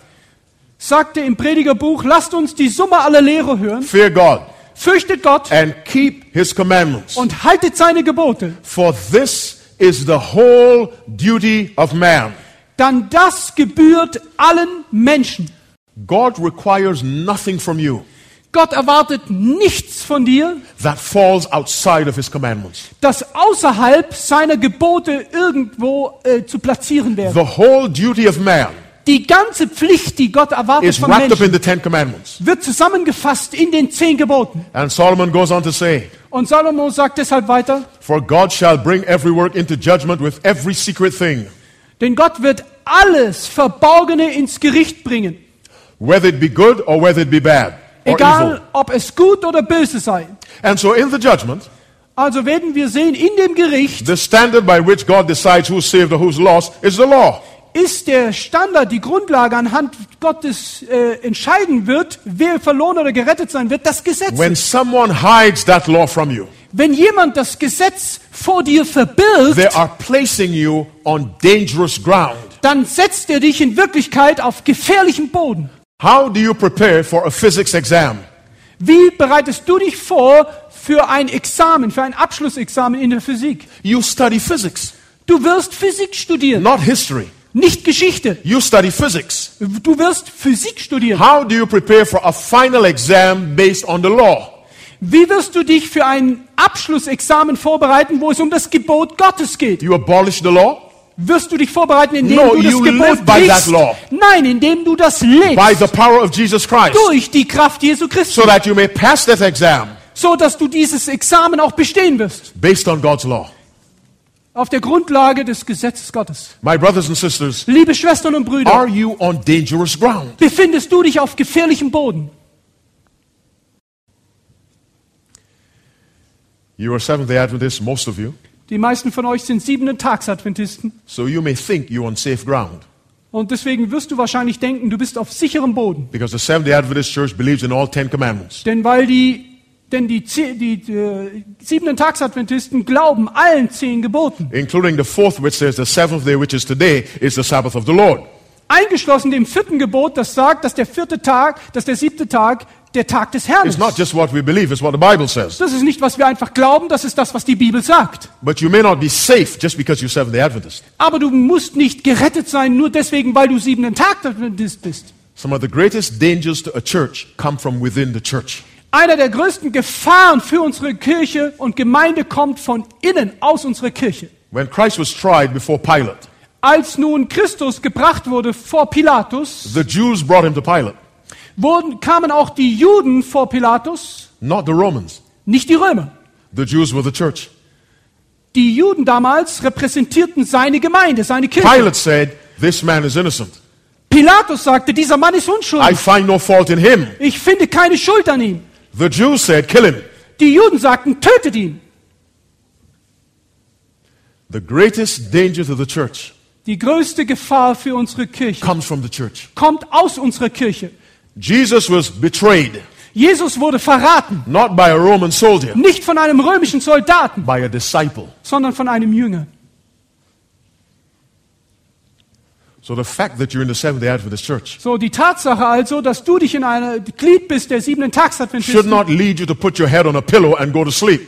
Speaker 2: sagte im Predigerbuch, lasst uns die Summe aller Lehre hören,
Speaker 1: Fear God
Speaker 2: fürchtet Gott
Speaker 1: and keep His commandments.
Speaker 2: und haltet seine Gebote.
Speaker 1: For this is the whole duty of man.
Speaker 2: Dann das gebührt allen Menschen.
Speaker 1: God requires nothing from you
Speaker 2: Gott erwartet nichts von dir,
Speaker 1: that falls outside of his commandments.
Speaker 2: das außerhalb seiner Gebote irgendwo äh, zu platzieren wäre.
Speaker 1: The whole duty of man
Speaker 2: Die ganze Pflicht, die Gott erwartet
Speaker 1: is
Speaker 2: von
Speaker 1: wrapped up
Speaker 2: Menschen,
Speaker 1: in the Ten Commandments.
Speaker 2: wird zusammengefasst in den zehn Geboten.
Speaker 1: And Solomon goes on to say,
Speaker 2: Und Salomo sagt deshalb weiter,
Speaker 1: For God shall bring every work into judgment with every secret thing,
Speaker 2: denn Gott wird alles Verborgene ins Gericht bringen.
Speaker 1: whether it be good or whether it be bad or evil.
Speaker 2: Egal, ob es gut oder böse sei.
Speaker 1: And so in the judgment,
Speaker 2: Also werden wir sehen, in dem Gericht
Speaker 1: the standard by which God decides who's saved or who's lost is the law.
Speaker 2: ist der Standard, die Grundlage, anhand Gottes äh, entscheiden wird, wer verloren oder gerettet sein wird, das Gesetz.
Speaker 1: When someone hides that law from you,
Speaker 2: Wenn jemand das Gesetz vor dir
Speaker 1: they
Speaker 2: verbirgt,
Speaker 1: are placing you on dangerous ground.
Speaker 2: dann setzt er dich in Wirklichkeit auf gefährlichen Boden.
Speaker 1: How do you prepare for a physics exam?
Speaker 2: Wie bereitest du dich vor für ein Examen, für ein Abschlussexamen in der Physik?
Speaker 1: You study physics,
Speaker 2: Du wirst Physik studieren,
Speaker 1: not history.
Speaker 2: nicht Geschichte.
Speaker 1: You study physics.
Speaker 2: Du wirst Physik studieren.
Speaker 1: How do you prepare for a final exam based on the law?
Speaker 2: Wie wirst du dich für ein Abschlussexamen vorbereiten, wo es um das Gebot Gottes geht?
Speaker 1: You abolish the law,
Speaker 2: wirst du dich vorbereiten, indem
Speaker 1: No,
Speaker 2: du das
Speaker 1: you
Speaker 2: Gebot
Speaker 1: live by that
Speaker 2: brichst.
Speaker 1: law.
Speaker 2: Nein, indem du das lebst.
Speaker 1: by the power of Jesus Christ,
Speaker 2: durch die Kraft Jesu Christi.
Speaker 1: so that you may pass that exam
Speaker 2: So, dass du dieses Examen auch bestehen wirst.
Speaker 1: based on God's law.
Speaker 2: Auf der Grundlage des Gesetzes Gottes.
Speaker 1: My brothers and sisters,
Speaker 2: Liebe Schwestern und Brüder,
Speaker 1: are you on dangerous ground?
Speaker 2: befindest du dich auf gefährlichem Boden?
Speaker 1: You are Seventh day Adventists, most of you,
Speaker 2: Die meisten von euch sind siebenden Tagsadventisten.
Speaker 1: so you may think you're on safe ground
Speaker 2: Und deswegen wirst du wahrscheinlich denken, du bist auf sicherem Boden.
Speaker 1: because the Seventh day Adventist Church believes in all Ten Commandments.
Speaker 2: Denn weil die, denn die, Ze- die, die siebenden Tagsadventisten glauben allen zehn Geboten.
Speaker 1: Including the fourth, which says the seventh day, which is today, is the Sabbath of the Lord.
Speaker 2: Eingeschlossen dem vierten Gebot, das sagt, dass der vierte Tag, dass der siebte Tag der Tag des Herrn
Speaker 1: It's
Speaker 2: ist.
Speaker 1: not just what we believe, it's what the Bible says.
Speaker 2: Das ist nicht, was wir einfach glauben, das ist das, was die Bibel sagt.
Speaker 1: But you may not be safe just because you're Seventh day Adventist.
Speaker 2: Aber du musst nicht gerettet sein, nur deswegen, weil du siebenden Tagsadventist bist.
Speaker 1: Some of the greatest dangers to a church come from within the church.
Speaker 2: Einer der größten Gefahren für unsere Kirche und Gemeinde kommt von innen aus unserer Kirche.
Speaker 1: When Christ was tried before Pilate,
Speaker 2: Als nun Christus gebracht wurde vor Pilatus,
Speaker 1: the Jews brought him to Pilate,
Speaker 2: wurden, kamen auch die Juden vor Pilatus,
Speaker 1: not the Romans.
Speaker 2: nicht die Römer.
Speaker 1: The Jews were the church.
Speaker 2: Die Juden damals repräsentierten seine Gemeinde, seine Kirche.
Speaker 1: Pilate said, This man is innocent.
Speaker 2: Pilatus sagte, dieser Mann ist
Speaker 1: I
Speaker 2: unschuldig.
Speaker 1: find no fault in him.
Speaker 2: Ich finde keine Schuld an ihm.
Speaker 1: The Jews said, Kill him.
Speaker 2: Die Juden sagten, tötet ihn.
Speaker 1: The greatest danger to the church
Speaker 2: Die größte Gefahr für unsere Kirche
Speaker 1: comes from the church.
Speaker 2: kommt aus unserer Kirche.
Speaker 1: Jesus was betrayed,
Speaker 2: Jesus wurde verraten,
Speaker 1: not by a Roman soldier,
Speaker 2: nicht von einem römischen Soldaten,
Speaker 1: by a disciple.
Speaker 2: sondern von einem Jünger.
Speaker 1: So the fact that you're in the Seventh day Adventist church
Speaker 2: So, die Tatsache also, dass du dich in einer Glied bist der siebenen
Speaker 1: should
Speaker 2: Tagsadventisten,
Speaker 1: not lead you to put your head on a pillow and go to sleep.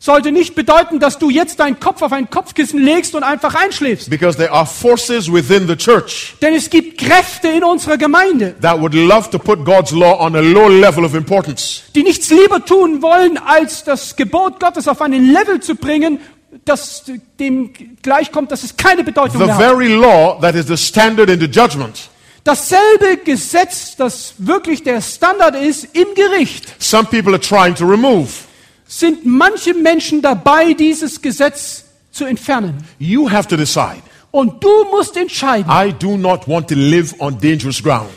Speaker 2: sollte nicht bedeuten, dass du jetzt deinen Kopf auf ein Kopfkissen legst und einfach einschläfst.
Speaker 1: Because there are forces within the church
Speaker 2: Denn es gibt Kräfte in unserer Gemeinde,
Speaker 1: that would love to put God's law on a low level of importance.
Speaker 2: die nichts lieber tun wollen, als das Gebot Gottes auf einen Level zu bringen, das dem gleichkommt, dass es keine Bedeutung
Speaker 1: The
Speaker 2: mehr hat.
Speaker 1: very law that is the standard in the judgment.
Speaker 2: Dasselbe Gesetz, das wirklich der Standard ist im Gericht,
Speaker 1: Some people are trying to remove.
Speaker 2: sind manche Menschen dabei, dieses Gesetz zu entfernen.
Speaker 1: You have to decide.
Speaker 2: Und du musst entscheiden,
Speaker 1: I do not want to live on dangerous ground.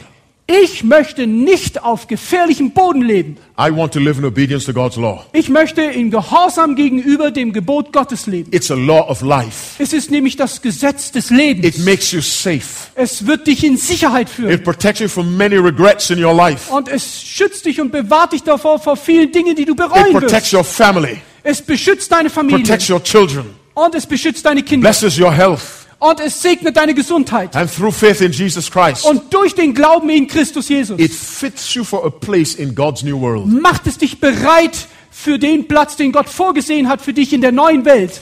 Speaker 2: ich möchte nicht auf gefährlichem Boden leben.
Speaker 1: I want to live in obedience to God's law.
Speaker 2: Ich möchte in Gehorsam gegenüber dem Gebot Gottes leben.
Speaker 1: It's a law of life.
Speaker 2: Es ist nämlich das Gesetz des
Speaker 1: It
Speaker 2: Lebens.
Speaker 1: makes you safe.
Speaker 2: Es wird dich in Sicherheit führen.
Speaker 1: It protects you from many regrets in your life.
Speaker 2: Und es schützt dich und bewahrt dich davor vor vielen Dingen, die du
Speaker 1: It
Speaker 2: bereuen wirst.
Speaker 1: protects your family,
Speaker 2: Es beschützt deine Familie.
Speaker 1: protects your children,
Speaker 2: Und es beschützt deine Kinder.
Speaker 1: blesses your health.
Speaker 2: Und es segnet deine Gesundheit.
Speaker 1: And through faith in Jesus Christ,
Speaker 2: Und durch den Glauben in Christus Jesus
Speaker 1: it fits you for a place in God's new world.
Speaker 2: macht es dich bereit für den Platz, den Gott vorgesehen hat für dich in der neuen Welt.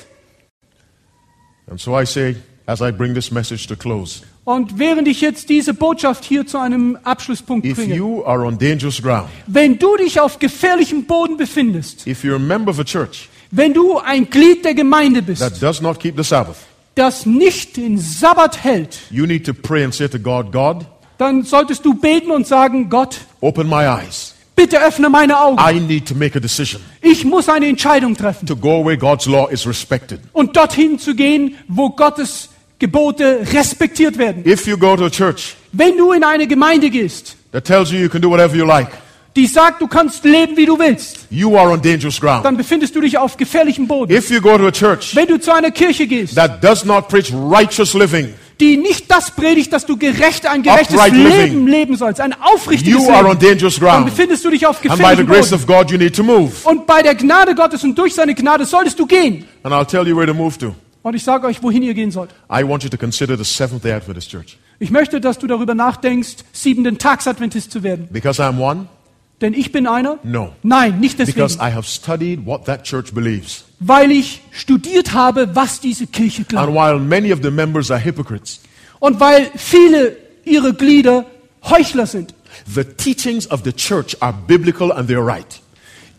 Speaker 1: And so I say, as I bring this message to close,
Speaker 2: Und während ich jetzt diese Botschaft hier zu einem Abschlusspunkt
Speaker 1: if
Speaker 2: bringe,
Speaker 1: you are on dangerous ground,
Speaker 2: wenn du dich auf gefährlichem Boden befindest,
Speaker 1: if you're a member of a church
Speaker 2: wenn du ein Glied der Gemeinde bist,
Speaker 1: that does not keep the Sabbath,
Speaker 2: das nicht den Sabbat hält,
Speaker 1: you need to pray and say to God, God,
Speaker 2: dann solltest du beten und sagen, Gott,
Speaker 1: open my eyes.
Speaker 2: bitte öffne meine Augen.
Speaker 1: I need to make a decision
Speaker 2: Ich muss eine Entscheidung treffen
Speaker 1: to go where God's law is respected.
Speaker 2: und dorthin zu gehen, wo Gottes Gebote respektiert werden.
Speaker 1: If you go to a church
Speaker 2: Wenn du in eine Gemeinde gehst,
Speaker 1: that tells you you can do whatever you like,
Speaker 2: die sagt, du kannst leben, wie du willst,
Speaker 1: you are on dangerous ground.
Speaker 2: dann befindest du dich auf gefährlichem Boden.
Speaker 1: If you go to a church
Speaker 2: Wenn du zu einer Kirche gehst,
Speaker 1: that does not preach righteous living,
Speaker 2: die nicht das predigt, dass du gerecht ein gerechtes
Speaker 1: Upright living.
Speaker 2: Leben leben sollst, ein aufrichtiges
Speaker 1: you are on
Speaker 2: Leben,
Speaker 1: dangerous
Speaker 2: dann
Speaker 1: ground.
Speaker 2: befindest du dich auf
Speaker 1: And by the
Speaker 2: gefährlichem
Speaker 1: grace
Speaker 2: Boden.
Speaker 1: of God, you need to move.
Speaker 2: Und bei der Gnade Gottes und durch seine Gnade solltest du gehen.
Speaker 1: And I'll tell you where to move to.
Speaker 2: Und ich sage euch, wohin ihr gehen sollt.
Speaker 1: I want you to consider the Seventh day Adventist Church.
Speaker 2: Ich möchte, dass du darüber nachdenkst, siebenden Tags Adventist zu werden.
Speaker 1: Because I'm one?
Speaker 2: Denn ich bin einer?
Speaker 1: No.
Speaker 2: Nein, nicht
Speaker 1: Because
Speaker 2: deswegen.
Speaker 1: I have studied what that church believes.
Speaker 2: Weil ich studiert habe, was diese Kirche glaubt.
Speaker 1: And while many of the members are hypocrites,
Speaker 2: Und weil viele ihre Glieder Heuchler sind.
Speaker 1: the teachings of the church are biblical and they're right.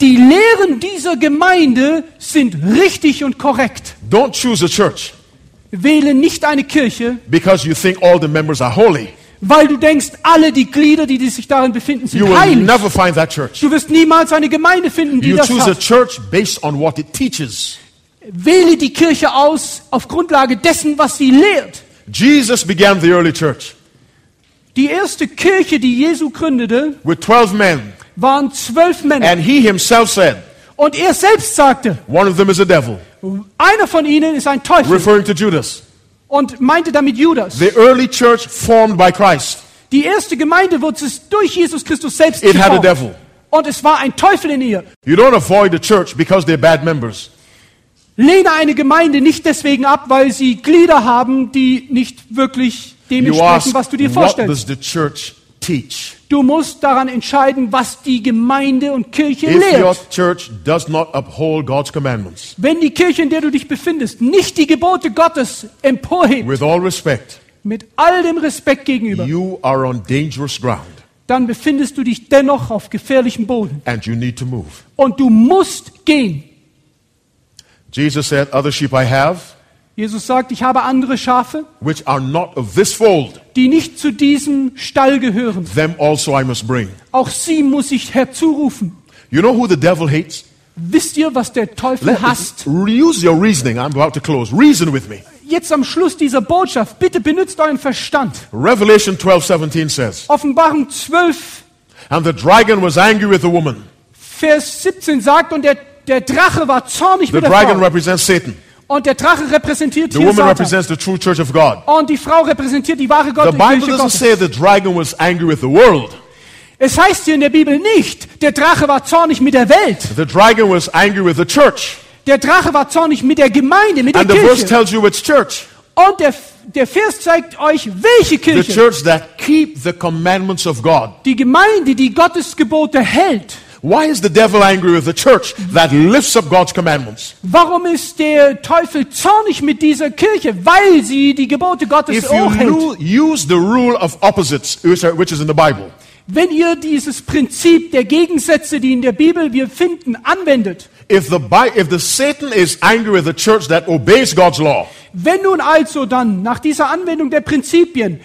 Speaker 2: Die Lehren dieser Gemeinde sind richtig und korrekt.
Speaker 1: Don't choose a church
Speaker 2: Wähle nicht eine Kirche,
Speaker 1: because you think all the members are holy.
Speaker 2: weil du denkst, alle die Glieder, die, die sich darin befinden, sind
Speaker 1: You will
Speaker 2: heilig.
Speaker 1: never find that church.
Speaker 2: Du wirst niemals eine Gemeinde finden, die
Speaker 1: You
Speaker 2: das
Speaker 1: choose a
Speaker 2: hat.
Speaker 1: church based on what it teaches.
Speaker 2: Wähle die Kirche aus auf Grundlage dessen, was sie lehrt.
Speaker 1: Jesus began the early church
Speaker 2: Die erste Kirche, die Jesu gründete,
Speaker 1: with 12 men,
Speaker 2: waren zwölf Männer.
Speaker 1: and he himself said,
Speaker 2: Und er selbst sagte,
Speaker 1: One of them is a devil,
Speaker 2: einer von ihnen ist ein Teufel.
Speaker 1: referring to Judas.
Speaker 2: Und meinte damit Judas.
Speaker 1: The early church formed by Christ.
Speaker 2: Die erste Gemeinde wurde es durch Jesus Christus selbst
Speaker 1: It had a
Speaker 2: geformt.
Speaker 1: devil.
Speaker 2: Und es war ein Teufel in ihr.
Speaker 1: You don't avoid the church because they're bad members.
Speaker 2: Lehne eine Gemeinde nicht deswegen ab, weil sie Glieder haben, die nicht wirklich dem
Speaker 1: You
Speaker 2: entsprechen,
Speaker 1: ask,
Speaker 2: was du dir
Speaker 1: What
Speaker 2: vorstellst.
Speaker 1: does the church teach?
Speaker 2: Du musst daran entscheiden, was die Gemeinde und Kirche
Speaker 1: If your
Speaker 2: lehrt.
Speaker 1: church does not uphold God's commandments,
Speaker 2: Wenn die Kirche, in der du dich befindest, nicht die Gebote Gottes emporhebt,
Speaker 1: with all respect,
Speaker 2: mit all dem Respekt gegenüber,
Speaker 1: you are on dangerous ground
Speaker 2: dann befindest du dich dennoch auf gefährlichem Boden.
Speaker 1: and you need to move.
Speaker 2: Und du musst gehen.
Speaker 1: Jesus said, Other sheep I have,
Speaker 2: Jesus sagt, ich habe andere Schafe,
Speaker 1: which are not of this fold,
Speaker 2: die nicht zu diesem Stall gehören.
Speaker 1: them also I must bring.
Speaker 2: Auch sie muss ich herzurufen.
Speaker 1: You know who the devil hates?
Speaker 2: Wisst ihr, was der Teufel hasst?
Speaker 1: Use your reasoning. I'm about to close. Reason with me.
Speaker 2: Jetzt am Schluss dieser Botschaft, bitte benutzt euren Verstand.
Speaker 1: Revelation 12 17 says,
Speaker 2: Offenbarung 12,
Speaker 1: And the dragon was angry with the woman.
Speaker 2: Vers 17 sagt, und der, der Drache war zornig
Speaker 1: The
Speaker 2: mit der Frau.
Speaker 1: dragon represents Satan.
Speaker 2: Und der Drache repräsentiert
Speaker 1: The
Speaker 2: hier
Speaker 1: woman
Speaker 2: Satan.
Speaker 1: represents the true church of God.
Speaker 2: Und die Frau repräsentiert die wahre Gott
Speaker 1: The
Speaker 2: die
Speaker 1: Bible
Speaker 2: Kirche
Speaker 1: doesn't
Speaker 2: Gottes.
Speaker 1: say the dragon was angry with the world.
Speaker 2: Es heißt hier in der Bibel nicht, der Drache war zornig mit der Welt.
Speaker 1: The dragon was angry with the church.
Speaker 2: Der Drache war zornig mit der Gemeinde, mit der
Speaker 1: And the verse
Speaker 2: Kirche.
Speaker 1: tells you which church.
Speaker 2: Und der, der Vers zeigt euch, welche
Speaker 1: The
Speaker 2: Kirche.
Speaker 1: church that keep the commandments of God.
Speaker 2: Die Gemeinde, die Gottes Gebote hält.
Speaker 1: Why is the devil angry with the church that lifts up God's commandments?
Speaker 2: Warum ist der Teufel zornig mit dieser Kirche? Weil sie die Gebote Gottes
Speaker 1: If you
Speaker 2: hochhält.
Speaker 1: lu- use the rule of opposites, which are- which is in the Bible,
Speaker 2: Wenn ihr dieses Prinzip der Gegensätze, die in der Bibel wir finden, anwendet,
Speaker 1: if the, Bi- if the Satan is angry with the church that obeys God's law,
Speaker 2: Wenn nun also dann nach dieser Anwendung der Prinzipien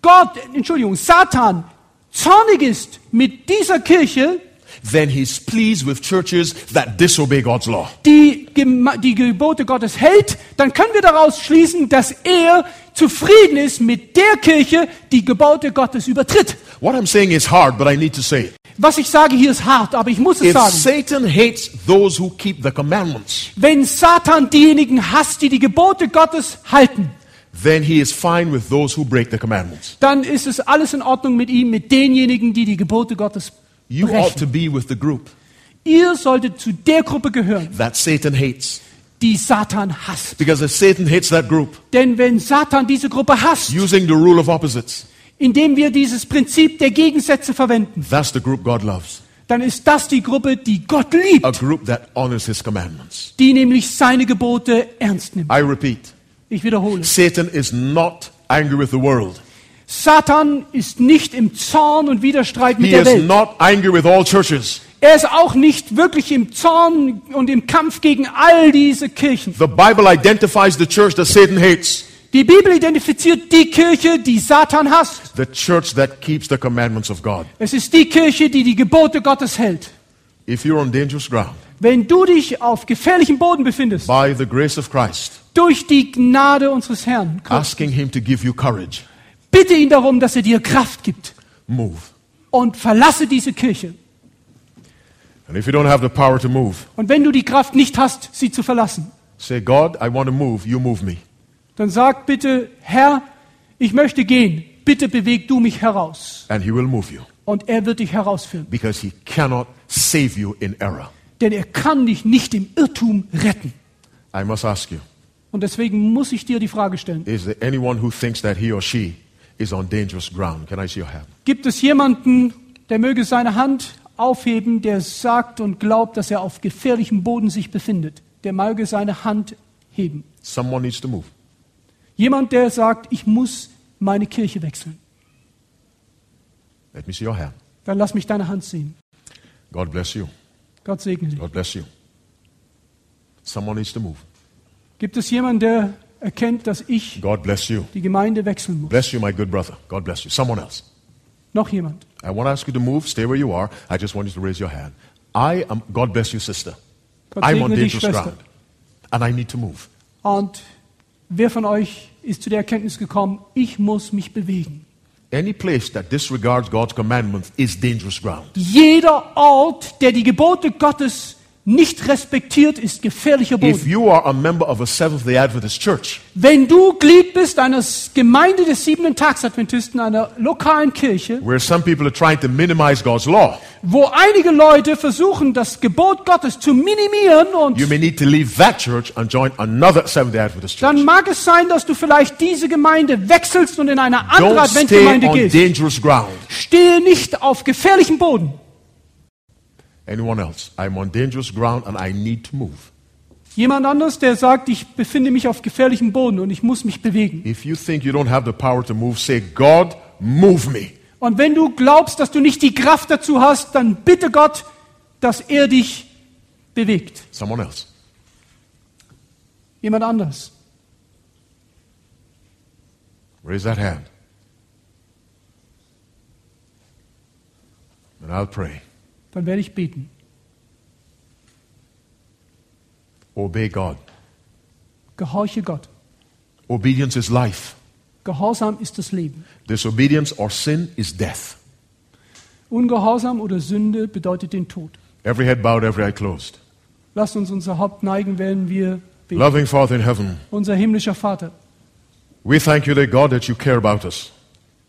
Speaker 2: Gott, Entschuldigung, Satan zornig ist mit dieser Kirche,
Speaker 1: then he's pleased with churches that disobey God's law.
Speaker 2: die Gema- die Gebote Gottes hält, dann können wir daraus schließen, dass er zufrieden ist mit der Kirche, die Gebote Gottes übertritt.
Speaker 1: What I'm saying is hard, but I need to say it.
Speaker 2: Was ich sage hier ist hart, aber ich muss es
Speaker 1: If
Speaker 2: sagen.
Speaker 1: Satan hates those who keep the commandments,
Speaker 2: Wenn Satan diejenigen hasst, die die Gebote Gottes halten,
Speaker 1: then he is fine with those who break the commandments.
Speaker 2: dann ist es alles in Ordnung mit ihm, mit denjenigen, die die Gebote Gottes
Speaker 1: You ought
Speaker 2: brechen.
Speaker 1: to be with the group
Speaker 2: Ihr solltet zu der Gruppe gehören,
Speaker 1: that Satan hates.
Speaker 2: die Satan hasst.
Speaker 1: Because if Satan hates that group,
Speaker 2: Denn wenn Satan diese Gruppe hasst,
Speaker 1: using the rule of opposites,
Speaker 2: indem wir dieses Prinzip der Gegensätze verwenden,
Speaker 1: that's the group God loves.
Speaker 2: dann ist das die Gruppe, die Gott
Speaker 1: A
Speaker 2: liebt,
Speaker 1: group that honors his commandments.
Speaker 2: die nämlich seine Gebote ernst nimmt.
Speaker 1: I repeat,
Speaker 2: Ich wiederhole.
Speaker 1: Satan is not angry with the world.
Speaker 2: Satan ist nicht im Zorn und Widerstreit mit
Speaker 1: He
Speaker 2: der
Speaker 1: is
Speaker 2: Welt.
Speaker 1: not angry with all churches.
Speaker 2: Er ist auch nicht wirklich im Zorn und im Kampf gegen all diese Kirchen.
Speaker 1: The Bible identifies the church that Satan hates.
Speaker 2: Die Bibel identifiziert die Kirche, die Satan hasst.
Speaker 1: The church that keeps the commandments of God.
Speaker 2: Es ist die Kirche, die die Gebote Gottes hält.
Speaker 1: If you're on dangerous ground,
Speaker 2: Wenn du dich auf gefährlichem Boden befindest,
Speaker 1: by the grace of Christ,
Speaker 2: durch die Gnade unseres Herrn.
Speaker 1: asking Him to give you courage,
Speaker 2: Bitte ihn darum, dass er dir Kraft gibt
Speaker 1: move.
Speaker 2: und verlasse diese Kirche.
Speaker 1: And if you don't have the power to move,
Speaker 2: Und wenn du die Kraft nicht hast, sie zu verlassen,
Speaker 1: say, God, I want to move. You move me.
Speaker 2: dann sag bitte, Herr, ich möchte gehen. Bitte beweg du mich heraus.
Speaker 1: And He will move you
Speaker 2: Und er wird dich herausführen.
Speaker 1: because He cannot save you in error.
Speaker 2: Denn er kann dich nicht im Irrtum retten.
Speaker 1: I must ask you
Speaker 2: Und deswegen muss ich dir die Frage stellen.
Speaker 1: is there anyone who thinks that he or she is on dangerous ground? Can I see your hand?
Speaker 2: Gibt es jemanden, der möge seine Hand aufheben, der sagt und glaubt, dass er auf gefährlichem Boden sich befindet? Der möge seine Hand heben.
Speaker 1: Someone needs to move.
Speaker 2: Jemand, der sagt, ich muss meine Kirche wechseln.
Speaker 1: Let me see your hand.
Speaker 2: Dann lass mich deine Hand sehen.
Speaker 1: God bless you.
Speaker 2: Gott segne dich.
Speaker 1: God bless you. Someone needs to move.
Speaker 2: Gibt es jemanden, der erkennt, dass ich
Speaker 1: God bless you.
Speaker 2: die Gemeinde wechseln muss.
Speaker 1: Bless you, my good brother. God bless you. Someone else.
Speaker 2: Noch jemand.
Speaker 1: I won't ask you to move. Stay where you are. I just want you to raise your hand. I am, God bless you, sister.
Speaker 2: Gott
Speaker 1: I'm on
Speaker 2: segne dich,
Speaker 1: dangerous
Speaker 2: Schwester.
Speaker 1: ground. And I need to move.
Speaker 2: Und wer von euch ist zu der Erkenntnis gekommen, ich muss mich bewegen?
Speaker 1: Any place that disregards God's commandments is dangerous ground.
Speaker 2: Jeder Ort, der die Gebote Gottes nicht respektiert, ist gefährlicher
Speaker 1: If
Speaker 2: Boden.
Speaker 1: you are a member of a Seventh day Adventist church,
Speaker 2: Wenn du Glied bist einer S- Gemeinde des siebenten Tags Adventisten, einer lokalen Kirche,
Speaker 1: where some people are trying to minimize God's law,
Speaker 2: wo einige Leute versuchen, das Gebot Gottes zu minimieren
Speaker 1: you
Speaker 2: und
Speaker 1: may need to leave that church and join another Seventh day Adventist
Speaker 2: dann
Speaker 1: church.
Speaker 2: mag es sein, dass du vielleicht diese Gemeinde wechselst und in eine andere
Speaker 1: Don't stay
Speaker 2: Adventgemeinde
Speaker 1: on
Speaker 2: gehst.
Speaker 1: dangerous ground.
Speaker 2: Stehe nicht auf gefährlichem Boden.
Speaker 1: Anyone else? I'm on dangerous ground and I need to move.
Speaker 2: Jemand anders, der sagt, ich befinde mich auf gefährlichem Boden und ich muss mich bewegen.
Speaker 1: If you think you don't have the power to move, say, God, move me.
Speaker 2: Und wenn du glaubst, dass du nicht die Kraft dazu hast, dann bitte Gott, dass er dich bewegt.
Speaker 1: Someone else.
Speaker 2: Jemand anders.
Speaker 1: Raise that hand. And I'll pray.
Speaker 2: Dann werde ich beten.
Speaker 1: Obey God.
Speaker 2: Gehorche Gott.
Speaker 1: Obedience is life.
Speaker 2: Gehorsam ist das Leben.
Speaker 1: Disobedience or sin is death.
Speaker 2: Ungehorsam oder Sünde bedeutet den Tod.
Speaker 1: Every head bowed, every eye closed.
Speaker 2: Lasst uns unser Haupt neigen, wenn wir beten.
Speaker 1: Loving Father in heaven,
Speaker 2: Unser himmlischer Vater,
Speaker 1: we thank you, dear God, that you care about us.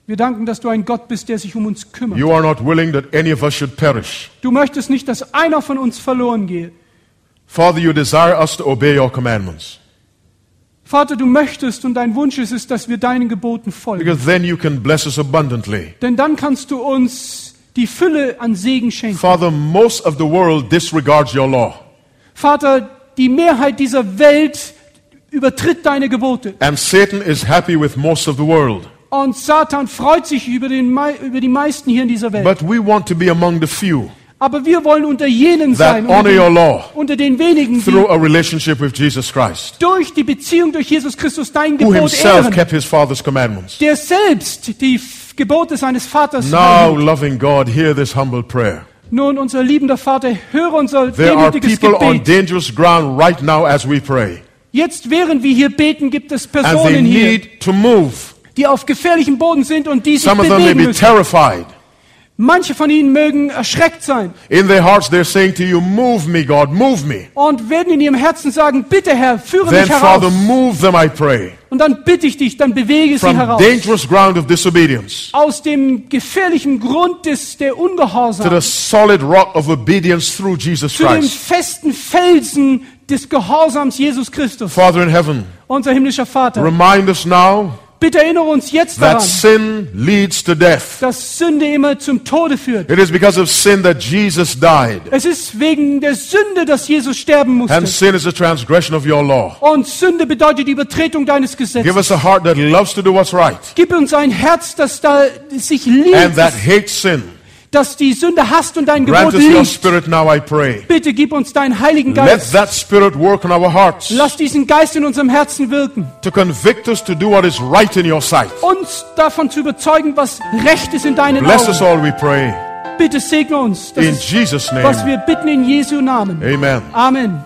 Speaker 2: wir danken, dass du ein Gott bist, der sich um uns kümmert.
Speaker 1: You are not willing that any of us should perish.
Speaker 2: Du möchtest nicht, dass einer von uns verloren gehe.
Speaker 1: Father, you desire us to obey your commandments
Speaker 2: Vater, du möchtest und dein Wunsch ist es, dass wir deinen Geboten folgen.
Speaker 1: because then you can bless us abundantly.
Speaker 2: Denn dann kannst du uns die Fülle an Segen schenken.
Speaker 1: Father, most of the world disregards your law,
Speaker 2: Vater, die Mehrheit dieser Welt übertritt deine Gebote.
Speaker 1: and Satan is happy with most of the world.
Speaker 2: Und Satan freut sich über, den, mei- über die meisten hier in dieser Welt.
Speaker 1: But we want to be among the few
Speaker 2: Aber wir wollen unter jenen
Speaker 1: that
Speaker 2: sein, unter
Speaker 1: honor your
Speaker 2: den,
Speaker 1: law
Speaker 2: unter den wenigen, die
Speaker 1: through a relationship with Jesus Christ,
Speaker 2: durch die Beziehung durch Jesus Christus dein
Speaker 1: who
Speaker 2: Gebot
Speaker 1: himself
Speaker 2: ehren,
Speaker 1: kept his Father's commandments.
Speaker 2: der selbst die F- Gebote seines Vaters
Speaker 1: Now,
Speaker 2: hält.
Speaker 1: loving God, hear this humble prayer.
Speaker 2: Nun, unser liebender Vater, höre unser
Speaker 1: There are
Speaker 2: demütiges
Speaker 1: people on
Speaker 2: Gebet.
Speaker 1: dangerous ground right now as we pray,
Speaker 2: Jetzt, während wir hier beten, gibt es
Speaker 1: and they
Speaker 2: Personen hier,
Speaker 1: need to move.
Speaker 2: die auf gefährlichem Boden sind und die sich
Speaker 1: Some of them may
Speaker 2: bewegen
Speaker 1: be
Speaker 2: müssen.
Speaker 1: terrified.
Speaker 2: Manche von ihnen mögen erschreckt sein
Speaker 1: In their hearts, they're saying to you, Move me, God, move me.
Speaker 2: und werden in ihrem Herzen sagen, bitte Herr, führe
Speaker 1: Then,
Speaker 2: mich heraus.
Speaker 1: Father, move them, I pray,
Speaker 2: Und dann bitte ich dich, dann bewege sie
Speaker 1: from
Speaker 2: heraus.
Speaker 1: dangerous ground of disobedience
Speaker 2: Aus dem gefährlichen Grund des, der
Speaker 1: to
Speaker 2: Ungehorsam,
Speaker 1: the solid rock of obedience through Jesus
Speaker 2: zu dem
Speaker 1: Christ.
Speaker 2: festen Felsen des Gehorsams Jesus Christus,
Speaker 1: Father in heaven,
Speaker 2: unser himmlischer Vater.
Speaker 1: Remind us now
Speaker 2: Bitte erinnere uns jetzt
Speaker 1: that
Speaker 2: daran,
Speaker 1: sin leads to death.
Speaker 2: dass Sünde immer zum Tode führt.
Speaker 1: It is because of sin that Jesus died.
Speaker 2: Es ist wegen der Sünde, dass Jesus sterben
Speaker 1: And
Speaker 2: musste.
Speaker 1: sin is a transgression of your law.
Speaker 2: Und Sünde bedeutet die Übertretung deines
Speaker 1: Give
Speaker 2: Gesetzes.
Speaker 1: us a heart that loves to do what's right
Speaker 2: Gib uns ein Herz, das da sich
Speaker 1: and
Speaker 2: liebt,
Speaker 1: that hates sin.
Speaker 2: das die Sünde hasst und dein
Speaker 1: Grant
Speaker 2: Gebot
Speaker 1: us your
Speaker 2: liebt.
Speaker 1: spirit now, I pray.
Speaker 2: Bitte gib uns deinen Heiligen
Speaker 1: Let
Speaker 2: Geist.
Speaker 1: that spirit work in our hearts
Speaker 2: Lass diesen Geist in unserem Herzen wirken,
Speaker 1: to convict us to do what is right in your sight.
Speaker 2: uns davon zu überzeugen, was recht ist in deinen
Speaker 1: Bless us
Speaker 2: Augen.
Speaker 1: all, we pray.
Speaker 2: Bitte segne uns, das
Speaker 1: In
Speaker 2: ist,
Speaker 1: Jesus'
Speaker 2: was
Speaker 1: name,
Speaker 2: wir bitten in Jesu Namen.
Speaker 1: amen.
Speaker 2: Amen.